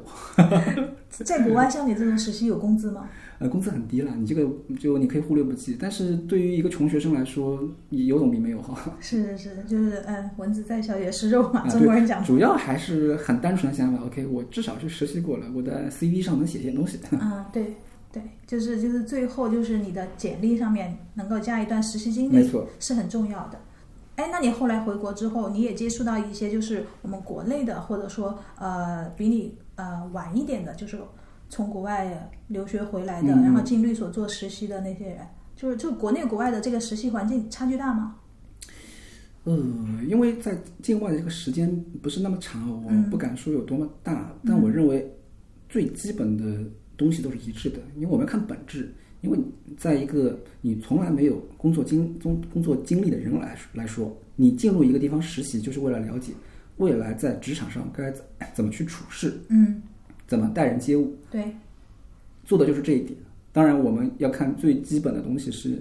Speaker 2: 在国外像你这种实习有工 资吗？
Speaker 1: 呃，工资很低了，你这个就你可以忽略不计，但是对于一个穷学生来说，有总比没有好。
Speaker 2: 是是是，就是嗯，蚊子在小也是肉嘛，
Speaker 1: 啊
Speaker 2: 中国 人讲。
Speaker 1: 主要还是很单纯的想法，OK，我至少去实习过了，我的 CV 上能写些东西。
Speaker 2: 嗯，对对，就是就是最后就是你的简历上面能够加一段实习经
Speaker 1: 没
Speaker 2: 历
Speaker 1: 错，
Speaker 2: 是很重要的。哎，那你后来回国之后，你也接触到一些就是我们国内的，或者说呃比你呃晚一点的，就是从国外留学回来的，
Speaker 1: 嗯
Speaker 2: 然后进律所做实习的那些人，就是就国内国外的这个实习环境差距大吗？
Speaker 1: 嗯，因为在境外的这个时间不是那么长，我
Speaker 2: 嗯
Speaker 1: 不敢说有多么大，但我认为最基本的东西都是一致的，因为我们要看本质。因为你在一个你从来没有工作经中工作经历的人来来说，你进入一个地方实习，就是为了了解未来在职场上该怎怎么去处事，
Speaker 2: 嗯，
Speaker 1: 怎么待人接物，
Speaker 2: 对，
Speaker 1: 做的就是这一点。当然，我们要看最基本的东西是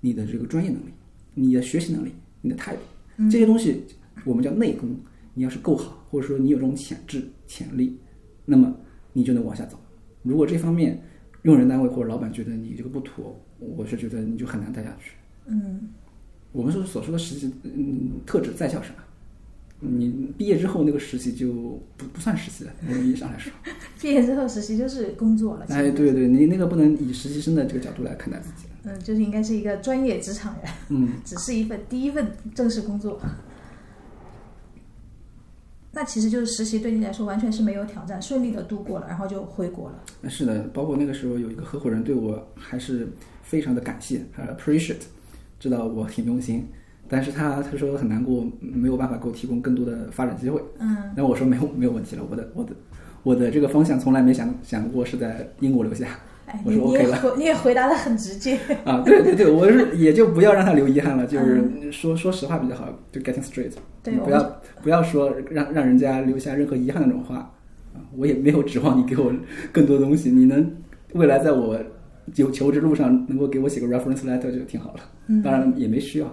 Speaker 1: 你的这个专业能力、你的学习能力、你的态度
Speaker 2: 嗯
Speaker 1: 这些东西，我们叫内功。你要是够好，或者说你有这种潜质、潜力，那么你就能往下走。如果这方面用人单位或者老板觉得你这个不妥，我是觉得你就很难待下去。
Speaker 2: 嗯
Speaker 1: 我们所所说的实习，嗯，特指在校生啊，你毕业之后那个实习就不不算实习了，从意义上来说。
Speaker 2: 毕业之后实习就是工作了，其实
Speaker 1: 哎，对对，你那个不能以实习生的这个角度来看待自己。
Speaker 2: 嗯，就是应该是一个专业职场人，
Speaker 1: 嗯，
Speaker 2: 只是一份第一份正式工作。那其实就是实习对你来说完全是没有挑战，顺利的度过了，然后就回国了。
Speaker 1: 是的，包括那个时候有一个合伙人对我还是非常的感谢，还是 appreciate，知道我挺用心，但是他他说很难过，没有办法给我提供更多的发展机会。
Speaker 2: 嗯，
Speaker 1: 那我说没有没有问题了，我的我的我的这个方向从来没想想过是在英国留下
Speaker 2: 哎，
Speaker 1: 我
Speaker 2: 你
Speaker 1: 说
Speaker 2: 你
Speaker 1: OK
Speaker 2: 也
Speaker 1: 了
Speaker 2: 回你也回答的很直接。
Speaker 1: 啊。对对对，我是也就不要让他留遗憾了，就是说说实话比较好，就 getting straight，
Speaker 2: 对，我
Speaker 1: 不
Speaker 2: 们
Speaker 1: 要不要说让让人家留下任何遗憾的那种话啊！我也没有指望你给我更多东西，你能未来在我求求职路上能够给我写个 reference letter 就挺好了。
Speaker 2: 嗯
Speaker 1: 当然也没需要，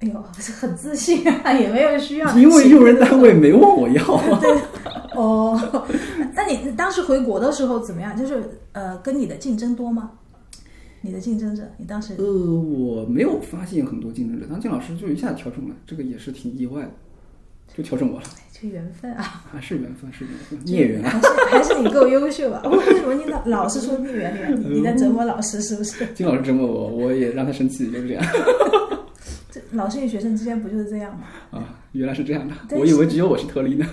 Speaker 2: 哎呦，不是很自信啊，也没有需要，
Speaker 1: 因为用人单位没问我要。
Speaker 2: 哦。那你当时回国的时候怎么样？就是呃，跟你的竞争多吗？你的竞争者，你当时
Speaker 1: 呃，我没有发现很多竞争者，当金老师就一下挑中了，这个也是挺意外的，就挑中我了，
Speaker 2: 哎这缘分啊，
Speaker 1: 还是缘分，是缘分，孽缘啊！
Speaker 2: 还是还是你够优秀啊？为什么你老老是说孽缘孽缘？你
Speaker 1: 嗯
Speaker 2: 你在折磨老师是不是？
Speaker 1: 金老师折磨我，我也让他生气，就是这样
Speaker 2: 这老师与学生之间不就是这样吗？
Speaker 1: 啊，原来是这样的，
Speaker 2: 对
Speaker 1: 我以为只有我是特例呢。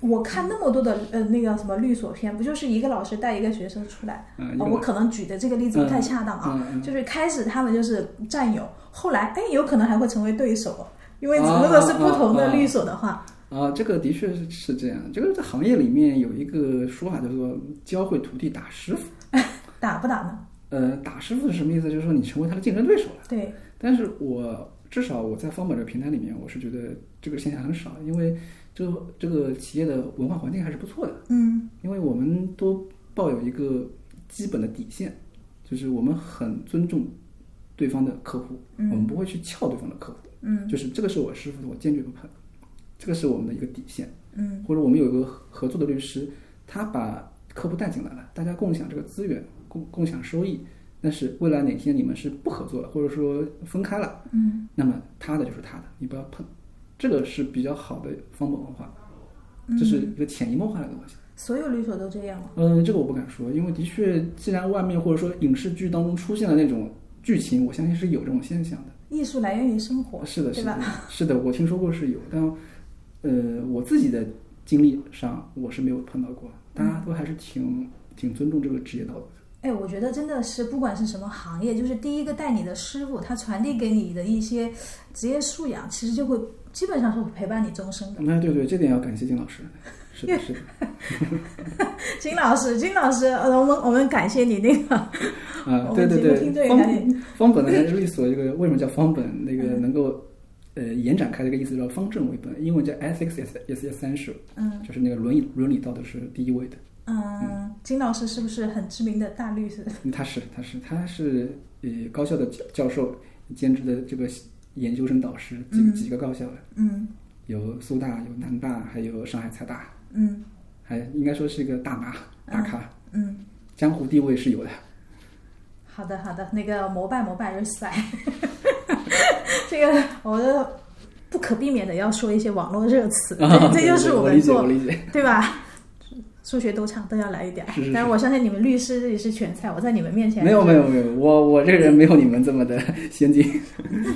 Speaker 2: 我看那么多的呃那个什么律所片，不就是一个老师带一个学生出来？
Speaker 1: 啊，
Speaker 2: 呃我可能举的这个例子不太恰当啊，
Speaker 1: 啊，嗯
Speaker 2: 就是开始他们就是战友，后来哎有可能还会成为对手，因为如果是不同的律所的话，
Speaker 1: 啊，这个的确是是这样。这个在行业里面有一个说法，叫做教会徒弟打师傅。
Speaker 2: 打不打呢？
Speaker 1: 呃，打师傅是什么意思？就是说你成为他的竞争对手了。
Speaker 2: 对，
Speaker 1: 但是我至少我在方宝这个平台里面，我是觉得这个现象很少，因为这个这个企业的文化环境还是不错的。
Speaker 2: 嗯
Speaker 1: 因为我们都抱有一个基本的底线，就是我们很尊重对方的客户，
Speaker 2: 嗯
Speaker 1: 我们不会去撬对方的客户，
Speaker 2: 嗯
Speaker 1: 就是这个是我师傅的，我坚决不碰，这个是我们的一个底线。
Speaker 2: 嗯
Speaker 1: 或者我们有一个合作的律师，他把客户带进来了，大家共享这个资源，共共享收益。但是未来哪天你们是不合作了，或者说分开了，
Speaker 2: 嗯，
Speaker 1: 那么他的就是他的，你不要碰，这个是比较好的方本文化，
Speaker 2: 嗯
Speaker 1: 这是一个潜移默化的东西。
Speaker 2: 所有律所都这样吗？
Speaker 1: 嗯，这个我不敢说，因为的确，既然外面或者说影视剧当中出现了那种剧情，我相信是有这种现象的。
Speaker 2: 艺术来源于生活，
Speaker 1: 哦是的，
Speaker 2: 对
Speaker 1: 是的
Speaker 2: 吧？，
Speaker 1: 是的，我听说过是有，但呃，我自己的经历上我是没有碰到过，大家
Speaker 2: 嗯
Speaker 1: 都还是挺挺尊重这个职业道德的。
Speaker 2: 哎，我觉得真的是不管是什么行业，就是第一个带你的师傅，他传递给你的一些职业素养，其实就会基本上是会陪伴你终生的。
Speaker 1: 那对对，这点要感谢金老师。是的，是 的，
Speaker 2: 金老师，金老师，呃，我们我们感谢你那个，
Speaker 1: 啊，
Speaker 2: 我
Speaker 1: 对
Speaker 2: 们
Speaker 1: 对
Speaker 2: 节目听
Speaker 1: 对，
Speaker 2: 众也
Speaker 1: 方
Speaker 2: 赶紧
Speaker 1: 方本呢还是律所这 个为什么叫方本？那
Speaker 2: 嗯
Speaker 1: 个能够呃延展开这个意思叫方正为本，英文叫 ethics is is essential，
Speaker 2: 嗯
Speaker 1: 就是那个伦理伦理道德是第一位的。
Speaker 2: 嗯，金老师是不是很知名的大律师？
Speaker 1: 嗯他是他是他是呃高校的教教授，兼职的这个研究生导师，几
Speaker 2: 嗯
Speaker 1: 几个高校了，
Speaker 2: 嗯
Speaker 1: 有苏大，有南大，还有上海财大，
Speaker 2: 嗯
Speaker 1: 还应该说是一个大拿大咖，
Speaker 2: 嗯，
Speaker 1: 江湖地位是 有的。
Speaker 2: 好的好的，那个膜拜膜拜 respect，这个我的不可避免的要说一些网络热词， 这这就是
Speaker 1: 啊对对 我
Speaker 2: 们
Speaker 1: 理解
Speaker 2: 做
Speaker 1: 我理解。
Speaker 2: 对吧？数学都差，都要来一点。
Speaker 1: 是是是
Speaker 2: 但是我相信你们律师这里是全才，我在你们面前
Speaker 1: 没有没有没有，我我这个人没有你们这么的先进。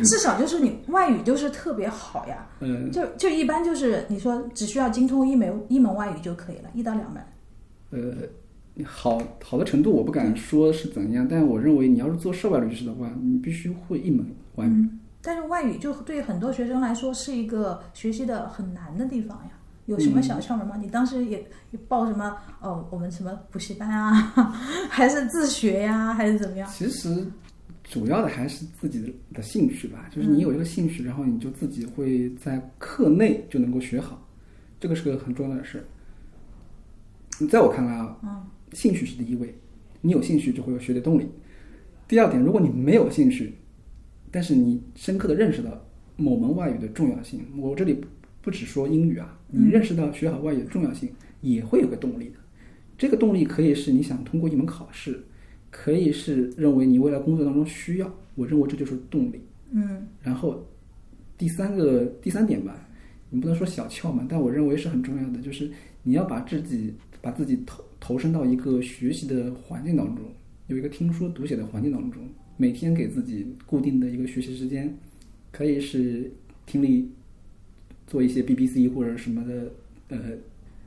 Speaker 2: 至少就是你外语就是特别好呀。
Speaker 1: 嗯
Speaker 2: 就就一般就是你说只需要精通一门一门外语就可以了，一到两门。
Speaker 1: 呃，好好的程度我不敢说是怎样，但我认为你要是做涉外律师的话，你必须会一门外语。
Speaker 2: 嗯，但是外语就对很多学生来说是一个学习的很难的地方呀。有什
Speaker 1: 嗯
Speaker 2: 么小窍门吗？你当时也也报什么？哦，我们什么补习班啊， 还是自学呀，还是怎么样？
Speaker 1: 其实主要的还是自己的兴趣吧，
Speaker 2: 嗯
Speaker 1: 就是你有一个兴趣，然后你就自己会在课内就能够学好，这个是个很重要的事。在我看来啊，
Speaker 2: 嗯
Speaker 1: 兴趣是第一位，你有兴趣就会有学的动力。第二点，如果你没有兴趣，但是你深刻的认识到某门外语的重要性，我这里不不只说英语啊，你认识到学好外语的重要性，也会有个动力的。这个动力可以是你想通过一门考试，可以是认为你未来工作当中需要，我认为这就是动力。
Speaker 2: 嗯
Speaker 1: 然后第三个第三点吧，你不能说小窍门，但我认为是很重要的，就是你要把自己把自己投投身到一个学习的环境当中，有一个听说读写的环境当中，每天给自己固定的一个学习时间，可以是听力做一些 BBC 或者什么的呃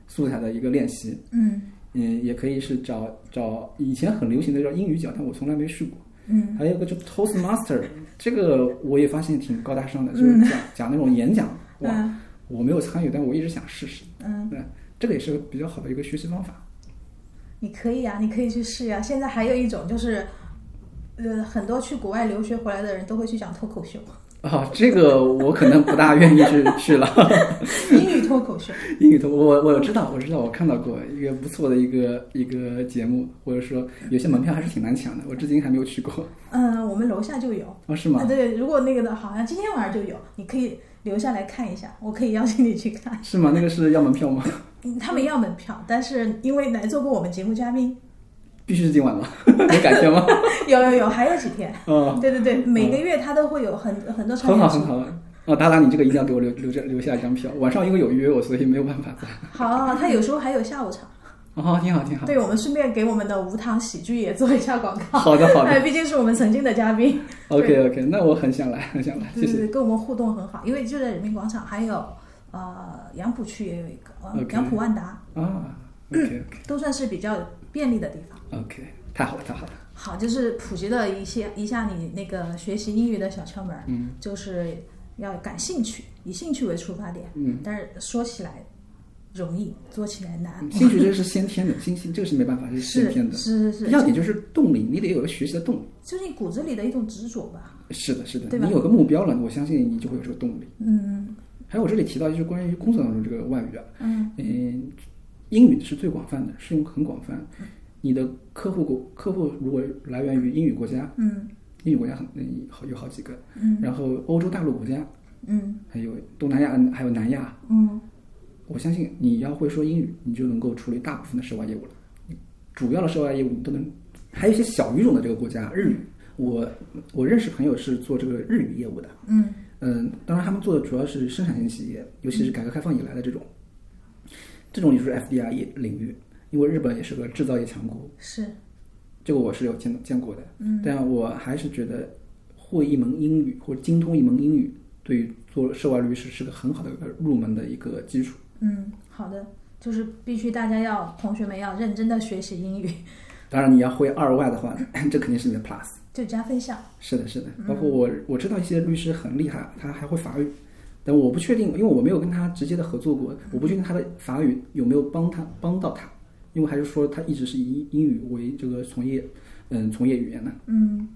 Speaker 1: 素材的一个练习，
Speaker 2: 嗯
Speaker 1: 嗯，也可以是找找以前很流行的叫英语角，但我从来没去过。
Speaker 2: 嗯
Speaker 1: 还有一个就 Toastmaster，这个我也发现挺高大上的，就是讲、讲那种演讲，哇，
Speaker 2: 嗯
Speaker 1: 我没有参与，但我一直想试试。
Speaker 2: 嗯，
Speaker 1: 嗯，这个也是个比较好的一个学习方法。
Speaker 2: 你可以啊呀、你可以去试呀、现在还有一种就是，呃，很多去国外留学回来的人都会去讲脱口 秀，
Speaker 1: 啊，这个我可能不大愿意去去了。
Speaker 2: 英语脱口秀。
Speaker 1: 英语的，我我知道，我知道，我看到过一个不错的一个一个节目，或者说有些门票还是挺难抢的，我至今还没有去过。
Speaker 2: 嗯，我们楼下就有。
Speaker 1: 哦，是吗
Speaker 2: 啊，？对，如果那个的，好像今天晚上就有，你可以留下来看一下，我可以邀请你去看。
Speaker 1: 是吗？那个是要门票吗？
Speaker 2: 嗯他们要门票，但是因为来做过我们节目嘉宾，
Speaker 1: 必须是今晚吗？ 能改天吗？
Speaker 2: 有有有，还有几天。
Speaker 1: 嗯。
Speaker 2: 对对对，每个月他都会有很很多场
Speaker 1: 很
Speaker 2: 景
Speaker 1: 好很 好。啊，达达，你这个一定要给我留留着留下一张票。晚上因为有约我，所以没有办法在。
Speaker 2: 好，他有时候还有下午场。
Speaker 1: 哦，挺好挺好。
Speaker 2: 对，我们顺便给我们的无糖喜剧也做一下广告。
Speaker 1: 好的好的
Speaker 2: 哎，毕竟是我们曾经的嘉宾。
Speaker 1: OK OK，那我很想来，很想来，谢
Speaker 2: 对对
Speaker 1: 谢。
Speaker 2: 对，跟我们互动很好，因为就在人民广场，还有呃杨浦区也有一个，呃
Speaker 1: OK
Speaker 2: 杨浦万达
Speaker 1: 啊，OK
Speaker 2: 都算是比较便利的地方。
Speaker 1: OK，太好了太好了。
Speaker 2: 好，就是普及了一些一下你那个学习英语的小窍门，嗯，就是要感兴趣，以兴趣为出发点。嗯，但是说起来容易，做起来难。
Speaker 1: 兴趣这个是先天的，兴趣这个是没办法，嗯是先天的。
Speaker 2: 是是是，
Speaker 1: 要点就是动力，你得有个学习的动力。
Speaker 2: 就是你骨子里的一种执着吧。
Speaker 1: 是的，是的，
Speaker 2: 对吧
Speaker 1: 你有个目标了，我相信你就会有这个动力。
Speaker 2: 嗯
Speaker 1: 还有我这里提到就是关于工作当中这个外语啊，
Speaker 2: 嗯
Speaker 1: 嗯，英语是最广泛的，适用很广泛。你的客户国客户如果来源于英语国家，
Speaker 2: 嗯
Speaker 1: 英语国家很嗯好有好几个，
Speaker 2: 嗯
Speaker 1: 然后欧洲大陆国家，
Speaker 2: 嗯
Speaker 1: 还有东南亚，还有南亚，
Speaker 2: 嗯，
Speaker 1: 我相信你要会说英语，你就能够处理大部分的涉外业务了。主要的涉外业务你都能，还有一些小语种的这个国
Speaker 2: 嗯
Speaker 1: 家，日语，我我认识朋友是做这个日语业务的，
Speaker 2: 嗯
Speaker 1: 嗯，当然他们做的主要是生产型企业，尤其是改革开放以来的这种，这种也就是 FDI 业领域，因为日本也是个制造业强国，
Speaker 2: 是
Speaker 1: 这个我是有见见过的，嗯，但我还是觉得会一门英语或者精通一门英语，对于做涉外律师是个很好的一个入门的一个基础。
Speaker 2: 嗯好的，就是必须大家要同学们要认真的学习英语，
Speaker 1: 当然，你要会二外的话， 这肯定是你的 plus。
Speaker 2: 就加分项。
Speaker 1: 是的，是的，包括我我知道一些律师很厉害，他还会法语，但我不确定，因为我没有跟他直接的合作过，我不确定他的法语有没有帮他帮到他，因为还是说他一直是以英语为这个从业，嗯，从业语言的。
Speaker 2: 嗯，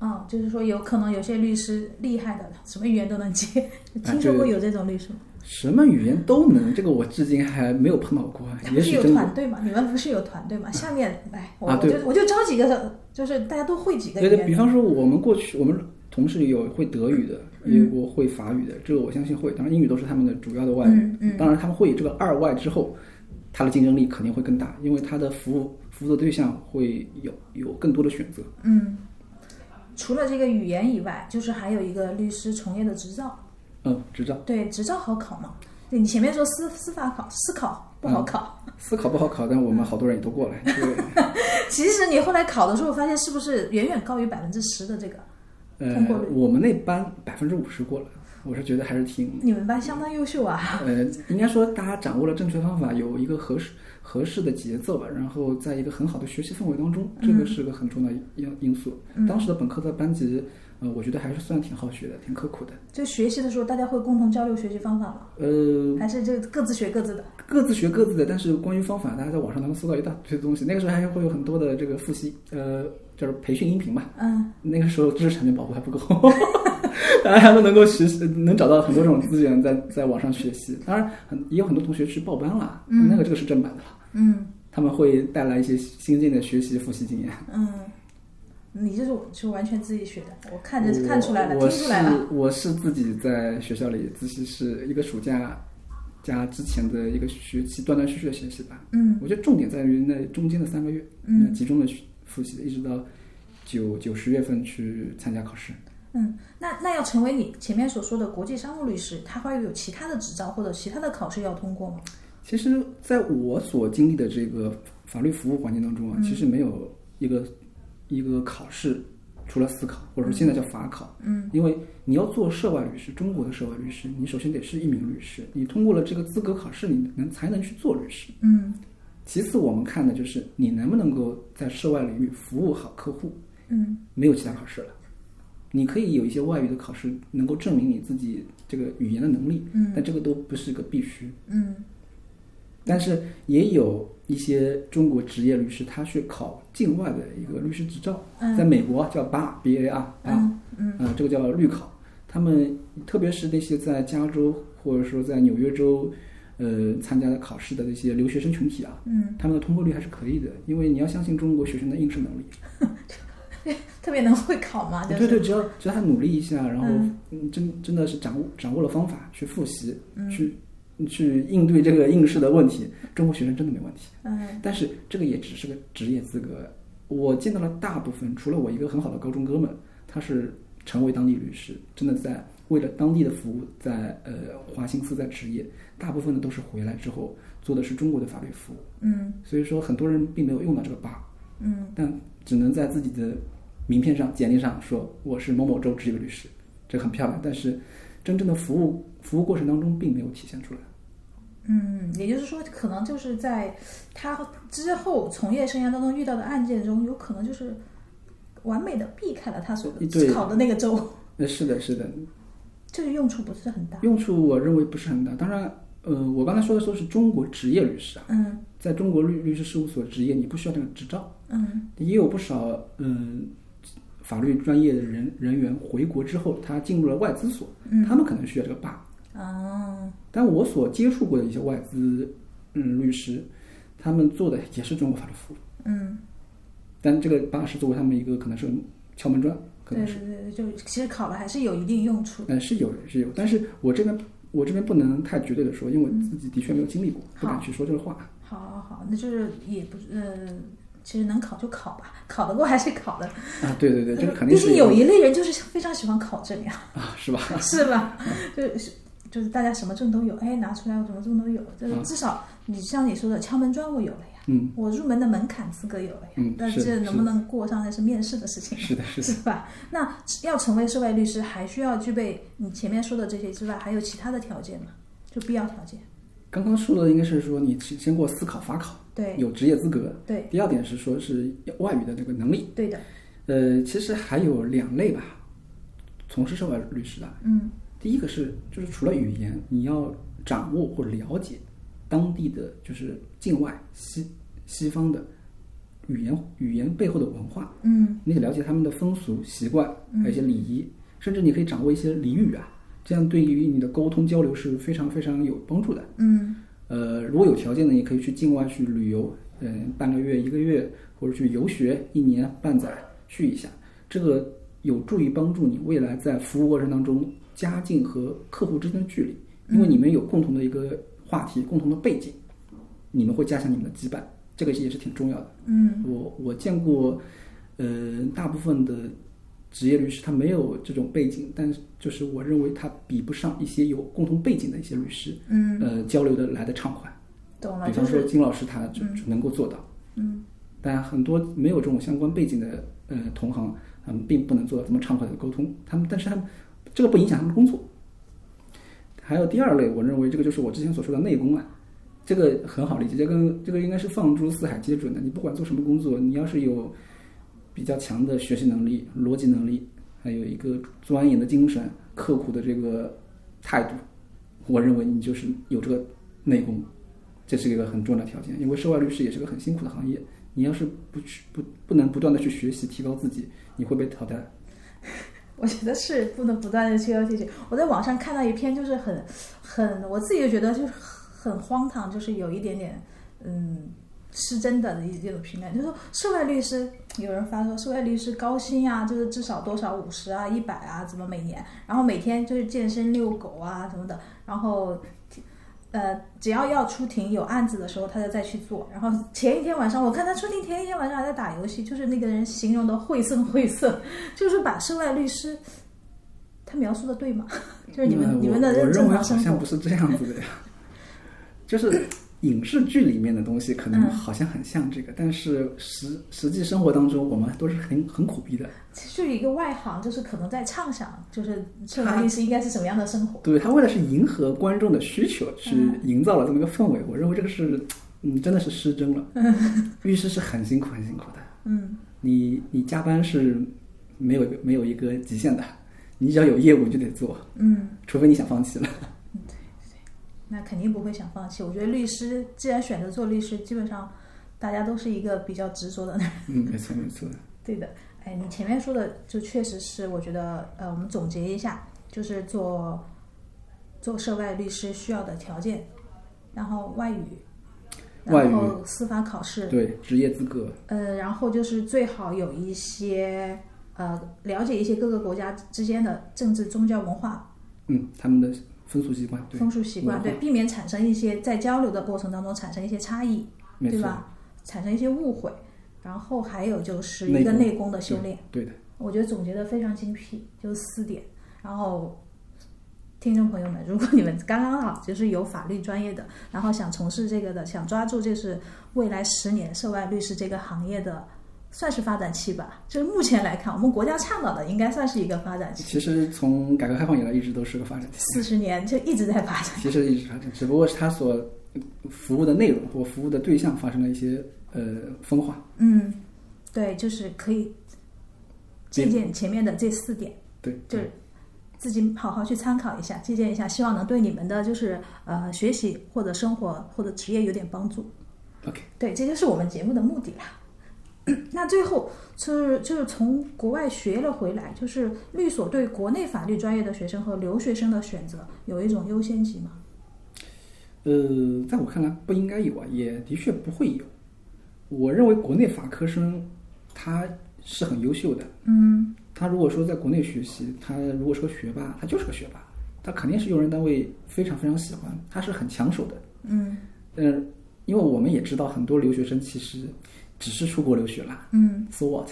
Speaker 2: 哦，就是说有可能有些律师厉害的，什么语言都能
Speaker 1: 啊
Speaker 2: 接，听说过有这种律师吗？
Speaker 1: 什么语言都能，这个我至今还没有碰到过，
Speaker 2: 他
Speaker 1: 啊也
Speaker 2: 不是
Speaker 1: 许
Speaker 2: 有
Speaker 1: 真
Speaker 2: 团
Speaker 1: 的。
Speaker 2: 队嘛？你们不是有团队嘛？下面来，我、
Speaker 1: 啊
Speaker 2: 我
Speaker 1: 对
Speaker 2: 就我就招几个，就是大家都会几个
Speaker 1: 对对，
Speaker 2: 语
Speaker 1: 比
Speaker 2: 言的。
Speaker 1: 方说我们过去我们同事有会德语的，也有过会法语的，这个我相信会，当然英语都是他们的主要的外语。
Speaker 2: 嗯嗯
Speaker 1: 当然他们会这个二外之后，它的竞争力肯定会更大，因为它的服务服务的对象会有有更多的选择。
Speaker 2: 嗯，除了这个语言以外，就是还有一个律师从业的执照。
Speaker 1: 嗯，执照
Speaker 2: 对，执照好考吗？对你前面说司司法考司考不
Speaker 1: 啊
Speaker 2: 好考，
Speaker 1: 思考不好考，但我们好多人也都过来。对，
Speaker 2: 其实你后来考的时候，发现是不是远远高于百分之十的这个？ 通过
Speaker 1: 呃
Speaker 2: 率，
Speaker 1: 我们那班百分之五十过了，我是觉得还是挺
Speaker 2: 你们班相当优秀啊！
Speaker 1: 呃，应该说大家掌握了正确方法，有一个合适合适的节奏吧，然后在一个很好的学习氛围当中，这个是个很重要的因因素。当时的本科的班级，呃，我觉得还是算挺好学的，挺刻苦的。
Speaker 2: 就学习的时候，大家会共同交流学习方法吗？
Speaker 1: 呃，
Speaker 2: 还是就各自学各自的？
Speaker 1: 各自学各自的，但是关于方法，大家在网上能搜到一大堆东西。那个时候还会有很多的这个复习，呃，就是培训音频吧。
Speaker 2: 嗯，
Speaker 1: 那个时候知识产权保护还不够， 大家都能够学习，能找到很多这种资源在在网上学习。当然，很也有很多同学去报班了，那个这个是正版的了。
Speaker 2: 嗯
Speaker 1: 他们会带来一些新进的学习复习经验。
Speaker 2: 嗯，你这种就完全自己学的，我看着
Speaker 1: 我
Speaker 2: 看出来了，
Speaker 1: 我
Speaker 2: 听
Speaker 1: 是
Speaker 2: 出来了。
Speaker 1: 我是自己在学校里自习室一个暑假加之前的一个学期断断续续的学习吧。
Speaker 2: 嗯
Speaker 1: 我觉得重点在于那中间的三个月，
Speaker 2: 嗯，
Speaker 1: 集中的复习，一直到九九十月份去参加考试。
Speaker 2: 嗯，那那要成为你前面所说的国际商务律师，他会有其他的执照或者其他的考试要通过吗？
Speaker 1: 其实，在我所经历的这个法律服务环境当中啊，
Speaker 2: 嗯
Speaker 1: 其实没有一个一个考试，除了司考，或者说现在叫法考，
Speaker 2: 嗯，
Speaker 1: 因为你要做涉外律师，中国的涉外律师，你首先得是一名律师，你通过了这个资格考试，你能才能去做律师。
Speaker 2: 嗯
Speaker 1: 其次，我们看的就是你能不能够在涉外领域服务好客户，
Speaker 2: 嗯
Speaker 1: 没有其他考试了。你可以有一些外语的考试，能够证明你自己这个语言的能力，
Speaker 2: 嗯
Speaker 1: 但这个都不是个必须。
Speaker 2: 嗯
Speaker 1: 但是也有一些中国职业律师，他去考境外的一个律师执照，
Speaker 2: 嗯
Speaker 1: 在美国叫 BAR B A R 啊，
Speaker 2: 嗯嗯
Speaker 1: 呃，这个叫律考。他们特别是那些在加州或者说在纽约州，呃，参加考试的那些留学生群体啊，
Speaker 2: 嗯，
Speaker 1: 他们的通过率还是可以的，因为你要相信中国学生的应试能力。
Speaker 2: 特别能会考嘛，就是
Speaker 1: 啊对对，只要只要他努力一下，然后
Speaker 2: 嗯
Speaker 1: 嗯真真的是掌握掌握了方法去复习，
Speaker 2: 嗯
Speaker 1: 去去应对这个应试的问题，中国学生真的没问题。
Speaker 2: 嗯
Speaker 1: 但是这个也只是个职业资格。我见到了大部分，除了我一个很好的高中哥们，他是成为当地律师，真的在为了当地的服务在呃花心思在职业。大部分的都是回来之后做的是中国的法律服务，
Speaker 2: 嗯
Speaker 1: 所以说很多人并没有用到这个 bar，
Speaker 2: 嗯
Speaker 1: 但只能在自己的名片上、简历上说我是某某州职业律师，这很漂亮，但是真正的服务服务过程当中并没有体现出来。
Speaker 2: 嗯，也就是说，可能就是在他之后从业生涯当中遇到的案件中，有可能就是完美的避开了他所
Speaker 1: 对
Speaker 2: 考的那个州。
Speaker 1: 呃，是的，是的，
Speaker 2: 这个用处不是很大。
Speaker 1: 用处我认为不是很大。当然，呃，我刚才说的都是中国职业律师啊，
Speaker 2: 嗯
Speaker 1: 在中国律律师事务所执业，你不需要那个执照。
Speaker 2: 嗯
Speaker 1: 也有不少嗯法律专业的人人员回国之后，他进入了外资所，他们可能需要这个 bar。
Speaker 2: 嗯哦
Speaker 1: 但我所接触过的一些外资嗯律师，他们做的也是中国法律服务，
Speaker 2: 嗯，
Speaker 1: 但这个 bar 是作为他们一个可能是个敲门砖，可
Speaker 2: 对
Speaker 1: 能
Speaker 2: 对
Speaker 1: 是
Speaker 2: 对，对就其实考了还是有一定用处。
Speaker 1: 嗯是有是有，但是我这边我这边不能太绝对的说，因为我自己的确没有经历过，不敢
Speaker 2: 好
Speaker 1: 去说这个话。
Speaker 2: 好好好，那就是也不呃，其实能考就考吧，考得过还是考的。
Speaker 1: 啊，对对对，这个肯定
Speaker 2: 嗯毕
Speaker 1: 是
Speaker 2: 竟有一类人就是非常喜欢考证呀，
Speaker 1: 啊，是吧？
Speaker 2: 是吧？就是就是大家什么证都有，哎，拿出来我什么证都有，就是
Speaker 1: 嗯
Speaker 2: 至少你像你说的敲门砖我有了呀，
Speaker 1: 嗯，
Speaker 2: 我入门的门槛资格有了呀，
Speaker 1: 嗯
Speaker 2: 但
Speaker 1: 是的
Speaker 2: 这
Speaker 1: 是
Speaker 2: 能不能过上那是面试的事情，
Speaker 1: 是的，是的。
Speaker 2: 是吧？那要成为涉外律师，还需要具备你前面说的这些之外，还有其他的条件吗？就必要条件，
Speaker 1: 刚刚说的应该是说你先先过司考法考，
Speaker 2: 对
Speaker 1: 有职业资格。
Speaker 2: 对
Speaker 1: 第二点是说是外语的这个能力。
Speaker 2: 对的，
Speaker 1: 呃，其实还有两类吧，从事涉外律师的。
Speaker 2: 嗯
Speaker 1: 第一个是就是除了语言，你要掌握或了解当地的就是境外西西方的语言语言背后的文化，
Speaker 2: 嗯
Speaker 1: 你得了解他们的风俗习惯，还有一些礼仪，甚至你可以掌握一些俚语啊，这样对于你的沟通交流是非常非常有帮助的。
Speaker 2: 嗯
Speaker 1: 呃，如果有条件呢，也可以去境外去旅游，嗯、半个月、一个月，或者去游学一年半载去一下，这个有助于帮助你未来在服务过程当中家境和客户之间的距离，因
Speaker 2: 嗯
Speaker 1: 为你们有共同的一个话题、共同的背景，你们会加强你们的羁绊，这个也是挺重要的。
Speaker 2: 嗯
Speaker 1: 我我见过，呃，大部分的职业律师他没有这种背景，但是就是我认为他比不上一些有共同背景的一些律师。
Speaker 2: 嗯，
Speaker 1: 呃，交流的来的畅快。
Speaker 2: 懂了，
Speaker 1: 比
Speaker 2: 就
Speaker 1: 方说
Speaker 2: 是
Speaker 1: 金老师他就就能够做到，
Speaker 2: 嗯
Speaker 1: 但很多没有这种相关背景的呃同行，他们并不能做到这么畅快的沟通。他们，但是他们这个不影响他们的工作。还有第二类，我认为这个就是我之前所说的内功啊，这个很好理解，这跟这个应该是放诸四海皆准的。你不管做什么工作，你要是有比较强的学习能力、逻辑能力，还有一个钻研的精神、刻苦的这个态度，我认为你就是有这个内功，这是一个很重要的条件。因为涉外律师也是个很辛苦的行业，你要是不去不不能不断的去学习提高自己，你会被淘汰。
Speaker 2: 我觉得是不能不断的去要提醒。我在网上看到一篇，就是很很，我自己就觉得就是很荒唐，就是有一点点嗯失真的一种评论，就是说涉外律师，有人发说涉外律师高薪啊，就是至少多少五十啊、一百啊，怎么每年，然后每天就是健身、遛狗啊什么的，然后。呃，只要要出庭有案子的时候，他就再去做。然后前一天晚上，我看他出庭前一天晚上还在打游戏，就是那个人形容的晦涩晦涩，就是把涉外律师，他描述的对吗？就是你们、
Speaker 1: 那
Speaker 2: 你们的
Speaker 1: 我我认
Speaker 2: 正
Speaker 1: 为
Speaker 2: 常
Speaker 1: 好
Speaker 2: 生
Speaker 1: 像
Speaker 2: 活
Speaker 1: 不，是这样子的呀， 就是影视剧里面的东西可能
Speaker 2: 嗯
Speaker 1: 好像很像这个，但是实实际生活当中我们都是很很苦逼的。
Speaker 2: 就是一个外行，就是可能在畅想，就是涉外律师应该是什么样的生活。
Speaker 1: 对他为了是迎合观众的需求，去
Speaker 2: 嗯
Speaker 1: 营造了这么一个氛围，我认为这个是，嗯，真的是失真 了。律师是很辛苦很辛苦的，
Speaker 2: 嗯，
Speaker 1: 你你加班是没有没有一个极限的，你只要有业务你就得做，
Speaker 2: 嗯，
Speaker 1: 除非你想放弃了。
Speaker 2: 那肯定不会想放弃。我觉得律师既然选择做律师，基本上大家都是一个比较执着的人。
Speaker 1: 嗯，没错没错。
Speaker 2: 对的，哎，你前面说的就确实是，我觉得呃，我们总结一下，就是做做涉外律师需要的条件，然后外语，
Speaker 1: 外语
Speaker 2: 然后司法考试，
Speaker 1: 对，职业资格，
Speaker 2: 呃，然后就是最好有一些呃，了解一些各个国家之间的政治、宗教、文化、
Speaker 1: 嗯，他们的风俗习惯，对，嗯
Speaker 2: 风俗习惯，
Speaker 1: 文化
Speaker 2: 对，避免产生一些在交流的过程当中产生一些差异，
Speaker 1: 没
Speaker 2: 对
Speaker 1: 错，
Speaker 2: 吧？产生一些误会，然后还有就是
Speaker 1: 内
Speaker 2: 一个
Speaker 1: 功
Speaker 2: 内功的修炼。
Speaker 1: 对的。
Speaker 2: 我觉得总结的非常精辟，就是四点。然后，听众朋友们，如果你们刚刚好就是有法律专业的，然后想从事这个的，想抓住就是未来十年涉外律师这个行业的，算是发展期吧。就是目前来看，我们国家倡导的应该算是一个发展期，
Speaker 1: 其实从改革开放以来，一直都是个发展期，
Speaker 2: 四十年就一直在发展。
Speaker 1: 其实一直发展，只不过是它所服务的内容或服务的对象发生了一些呃分化。
Speaker 2: 嗯，对，就是可以借鉴前面的这四点，
Speaker 1: 对，
Speaker 2: 就是自己好好去参考一下、借鉴一下，希望能对你们的就是呃学习或者生活或者职业有点帮助。
Speaker 1: OK，
Speaker 2: 对，这就是我们节目的目的啦。 那最后就是就是从国外学了回来，就是律所对国内法律专业的学生和留学生的选择有一种优先级吗？
Speaker 1: 呃，在我看来不应该有啊，也的确不会有。我认为国内法科生他是很优秀的，
Speaker 2: 嗯，
Speaker 1: 他如果说在国内学习，他如果是个学霸，他就是个学霸，他肯定是用人单位非常非常喜欢，他是很抢手的。
Speaker 2: 嗯
Speaker 1: 嗯、因为我们也知道很多留学生其实只是出国留学啦
Speaker 2: 嗯，
Speaker 1: ，so what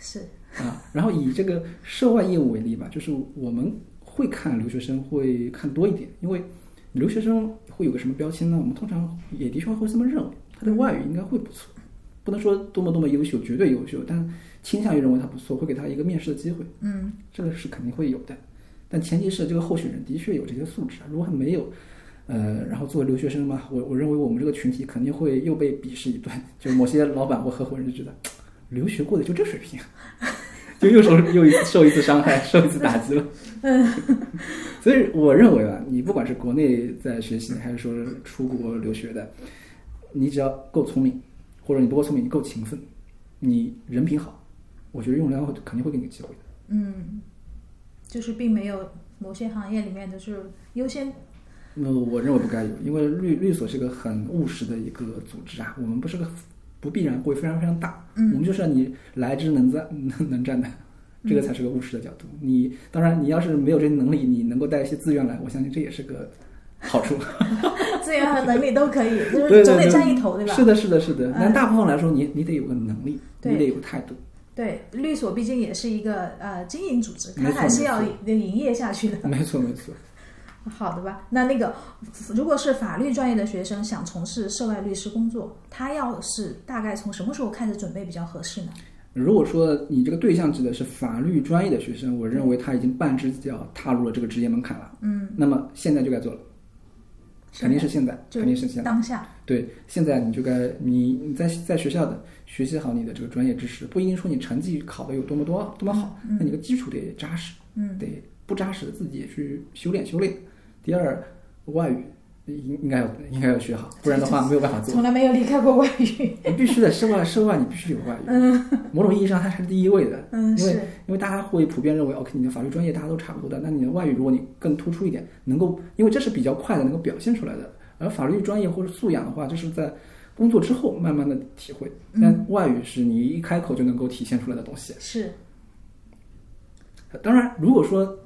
Speaker 2: 是，
Speaker 1: 啊。然后以这个涉外业务为例吧，就是我们会看留学生会看多一点，因为留学生会有个什么标签呢？我们通常也的确会这么认为，他的外语应该会不错，不能说多么多么优秀，绝对优秀，但倾向于认为他不错，会给他一个面试的机会。
Speaker 2: 嗯
Speaker 1: 这个是肯定会有的，但前提是这个候选人的确有这些素质啊。如果他没有，呃，然后作为留学生嘛，我我认为我们这个群体肯定会又被鄙视一顿。就某些老板或合伙人就觉得，留学过的就这水平， 就又受又一次受一次伤害，受一次打击了。
Speaker 2: 嗯
Speaker 1: 所以我认为吧，你不管是国内在学习，还是说出国留学的，你只要够聪明，或者你不够聪明，你够勤奋，你人品好，我觉得用人单位肯定会给你机会的。
Speaker 2: 嗯，就是并没有某些行业里面的就是优先，
Speaker 1: 那我认为不该有，因为律律所是个很务实的一个组织啊，我们不是个不必然会非常非常大，
Speaker 2: 嗯
Speaker 1: 我们就是让你来之能战能能战的，这
Speaker 2: 嗯
Speaker 1: 个才是个务实的角度。你当然，你要是没有这些能力，你能够带一些资源来，我相信这也是个好处，
Speaker 2: 资源和能力都可以，就
Speaker 1: 对
Speaker 2: 是总
Speaker 1: 对对
Speaker 2: 得占一头，对吧？
Speaker 1: 是的，是的，是的
Speaker 2: 嗯。
Speaker 1: 但大部分来说，你你得有个能力，
Speaker 2: 对
Speaker 1: 你得有个态度，
Speaker 2: 对，律所毕竟也是一个呃经营组织，它
Speaker 1: 没错
Speaker 2: 还是要
Speaker 1: 没
Speaker 2: 营业下去的。
Speaker 1: 没错，没错。
Speaker 2: 好的吧？那那个，如果是法律专业的学生想从事涉外律师工作，他要是大概从什么时候开始准备比较合适呢？
Speaker 1: 如果说你这个对象指的是法律专业的学生，我认为他已经半只脚踏入了这个职业门槛了，
Speaker 2: 嗯，
Speaker 1: 那么现在就该做了，肯定是现在，
Speaker 2: 就
Speaker 1: 肯定是现在。
Speaker 2: 当下。
Speaker 1: 对，现在你就该你你在在学校的学习好你的这个专业知识，不一定说你成绩考得有多么多多么好，那你的基础得扎实，
Speaker 2: 嗯
Speaker 1: 得不扎实自己也去修炼修炼。第二，外语应应该要应该要学好，不然的话没有办法做。
Speaker 2: 从来没有离开过外语。
Speaker 1: 你必须得涉外涉外，你必须有外语。
Speaker 2: 嗯
Speaker 1: 某种意义上，它是第一位的，
Speaker 2: 嗯，
Speaker 1: 因为
Speaker 2: 是
Speaker 1: 因为大家会普遍认为，OK，你的法律专业大家都差不多的，那你的外语如果你更突出一点，能够，因为这是比较快的能够表现出来的。而法律专业或者素养的话，就是在工作之后慢慢的体会，
Speaker 2: 嗯
Speaker 1: 但外语是你一开口就能够体现出来的东西。
Speaker 2: 是，
Speaker 1: 当然，如果说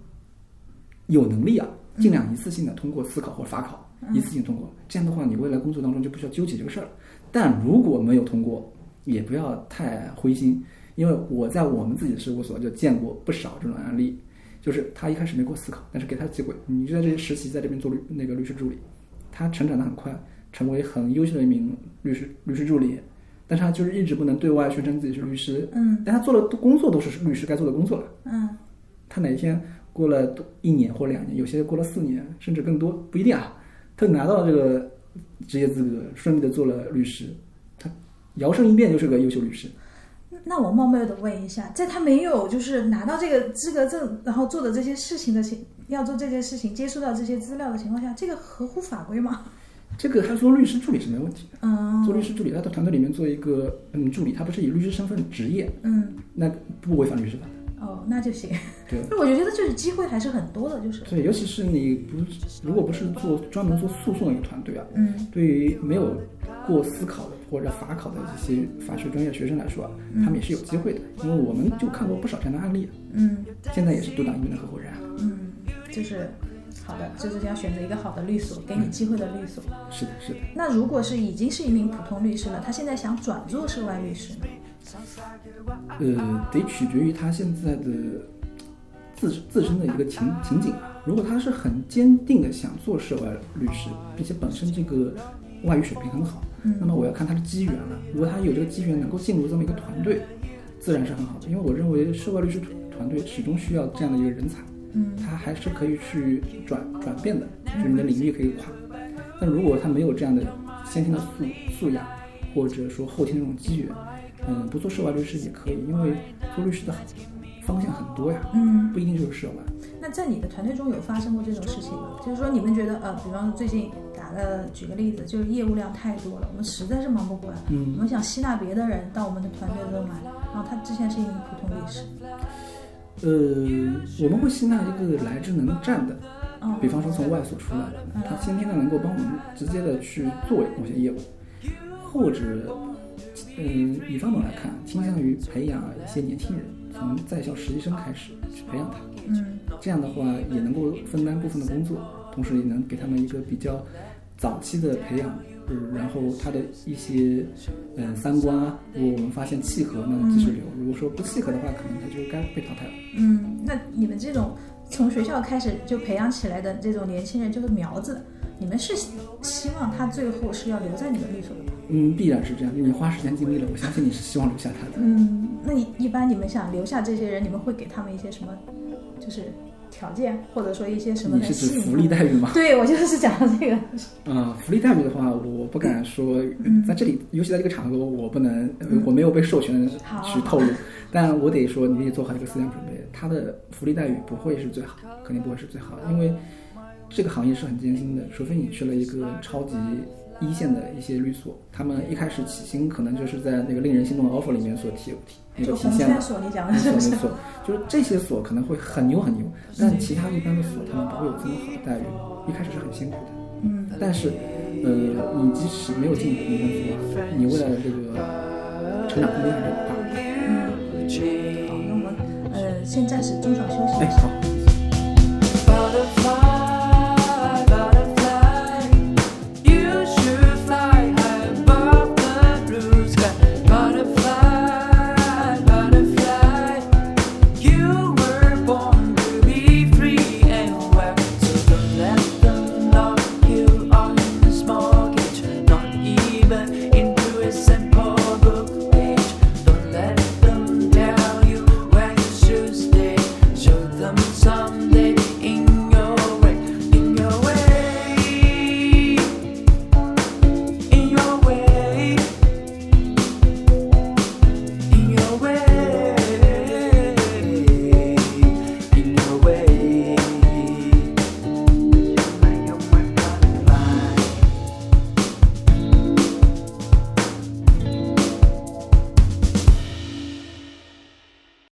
Speaker 1: 有能力啊，尽量一次性的通过思考或者法考，一次性通过，这样的话，你未来工作当中就不需要纠结这个事儿了。但如果没有通过，也不要太灰心，因为我在我们自己的事务所就见过不少这种案例，就是他一开始没过思考，但是给他机会，你就在这里实习，在这边做律那个律师助理，他成长的很快，成为很优秀的一名律师律师助理，但是他就是一直不能对外宣称自己是律师，
Speaker 2: 嗯
Speaker 1: 但他做的工作都是律师该做的工作了。
Speaker 2: 嗯
Speaker 1: 他哪天过了多一年或两年，有些过了四年，甚至更多，不一定啊。他拿到这个职业资格，顺利的做了律师，他摇身一变就是个优秀律师。
Speaker 2: 那我冒昧的问一下，在他没有就是拿到这个资格证，然后做的这些事情的情，要做这些事情，接触到这些资料的情况下，这个合乎法规吗？
Speaker 1: 这个他做律师助理是没问题的，
Speaker 2: 嗯，
Speaker 1: 做律师助理，他的团队里面做一个嗯助理，他不是以律师身份职业，
Speaker 2: 嗯，
Speaker 1: 那不违反律师啊法。
Speaker 2: 哦，那就行。
Speaker 1: 对
Speaker 2: 那我就觉得就是机会还是很多的，就是，
Speaker 1: 对，尤其是你不如果不是做专门做诉讼的一个团队啊，
Speaker 2: 嗯
Speaker 1: 对于没有过思考的或者法考的这些法学专业学生来说啊，他们也是有机会的，因为我们就看过不少这样的案例啊。
Speaker 2: 嗯
Speaker 1: 现在也是多党一名的合伙人啊。
Speaker 2: 嗯，就是好的，就是要选择一个好的律所，
Speaker 1: 嗯
Speaker 2: 给你机会的律所。
Speaker 1: 是的，是的。
Speaker 2: 那如果是已经是一名普通律师了，他现在想转做涉外律师呢？
Speaker 1: 呃，得取决于他现在的自自身的一个情情景。啊如果他是很坚定的想做涉外律师，并且本身这个外语水平很好，
Speaker 2: 嗯
Speaker 1: 那么我要看他的机缘了。如果他有这个机缘能够进入这么一个团队，自然是很好的。因为我认为涉外律师团队始终需要这样的一个人才，
Speaker 2: 嗯
Speaker 1: 他还是可以去转转变的，就是你的领域可以跨。但如果他没有这样的先天的素素养，或者说后天的这种机缘，嗯，不做涉外律师也可以，因为做律师的方向很多呀，
Speaker 2: 嗯，
Speaker 1: 不一定就是涉外。
Speaker 2: 那在你的团队中有发生过这种事情吗？就是说你们觉得呃，比方说最近打个举个例子，就是业务量太多了，我们实在是忙不过来，我
Speaker 1: 嗯
Speaker 2: 们想吸纳别的人到我们的团队中来，然后他之前是一名普通律师，
Speaker 1: 呃，我们会吸纳一个来之能战的，
Speaker 2: 嗯
Speaker 1: 比方说从外所出来的，他先天的能够帮我们直接的去做某些业务，或者，嗯、以方面来看，倾向于培养一些年轻人，从在校实习生开始去培养他，
Speaker 2: 嗯
Speaker 1: 这样的话也能够分担部分的工作，同时也能给他们一个比较早期的培养，呃，然后他的一些呃三观啊，如果我们发现契合，那继续留；如果说不契合的话，可能他就该被淘汰了。
Speaker 2: 嗯。那你们这种从学校开始就培养起来的这种年轻人，就是苗子，你们是希望他最后是要留在你们律所的吗？
Speaker 1: 嗯，必然是这样，因为你花时间精力了，我相信你是希望留下他的。
Speaker 2: 嗯，那你一般你们想留下这些人，你们会给他们一些什么，就是条件，或者说一些什么啊
Speaker 1: 你
Speaker 2: 来
Speaker 1: 是
Speaker 2: 吸
Speaker 1: 指
Speaker 2: 引他
Speaker 1: 福
Speaker 2: 们
Speaker 1: 利待遇吗？
Speaker 2: 对，我就是讲的这个。
Speaker 1: 啊、福利待遇的话，我不敢说，
Speaker 2: 嗯
Speaker 1: 在这里，尤其在这个场合，我不能，呃我没有被授权
Speaker 2: 好
Speaker 1: 去透露，但我得说，你得做好一个思想准备，他的福利待遇不会是最好，肯定不会是最好，因为这个行业是很艰辛的，除非你去了一个超级一线的一些律所，他们一开始起薪可能就是在那个令人心动的 offer 里面所体体那个
Speaker 2: 就
Speaker 1: 体
Speaker 2: 红
Speaker 1: 现的
Speaker 2: 圈。所，你讲 的
Speaker 1: 没
Speaker 2: 是
Speaker 1: 错
Speaker 2: 不是
Speaker 1: 没？错，就是这些所可能会很牛很牛，但其他一般的所他们不会有这么好的待遇，一开始是很辛苦的。
Speaker 2: 嗯，
Speaker 1: 但是，呃，你即使没有进你能做啊，你未来的这个成长
Speaker 2: 嗯
Speaker 1: 空间还是很大的。
Speaker 2: 好，那我们呃先暂时中场休息一
Speaker 1: 哎，
Speaker 2: 下。
Speaker 1: 好。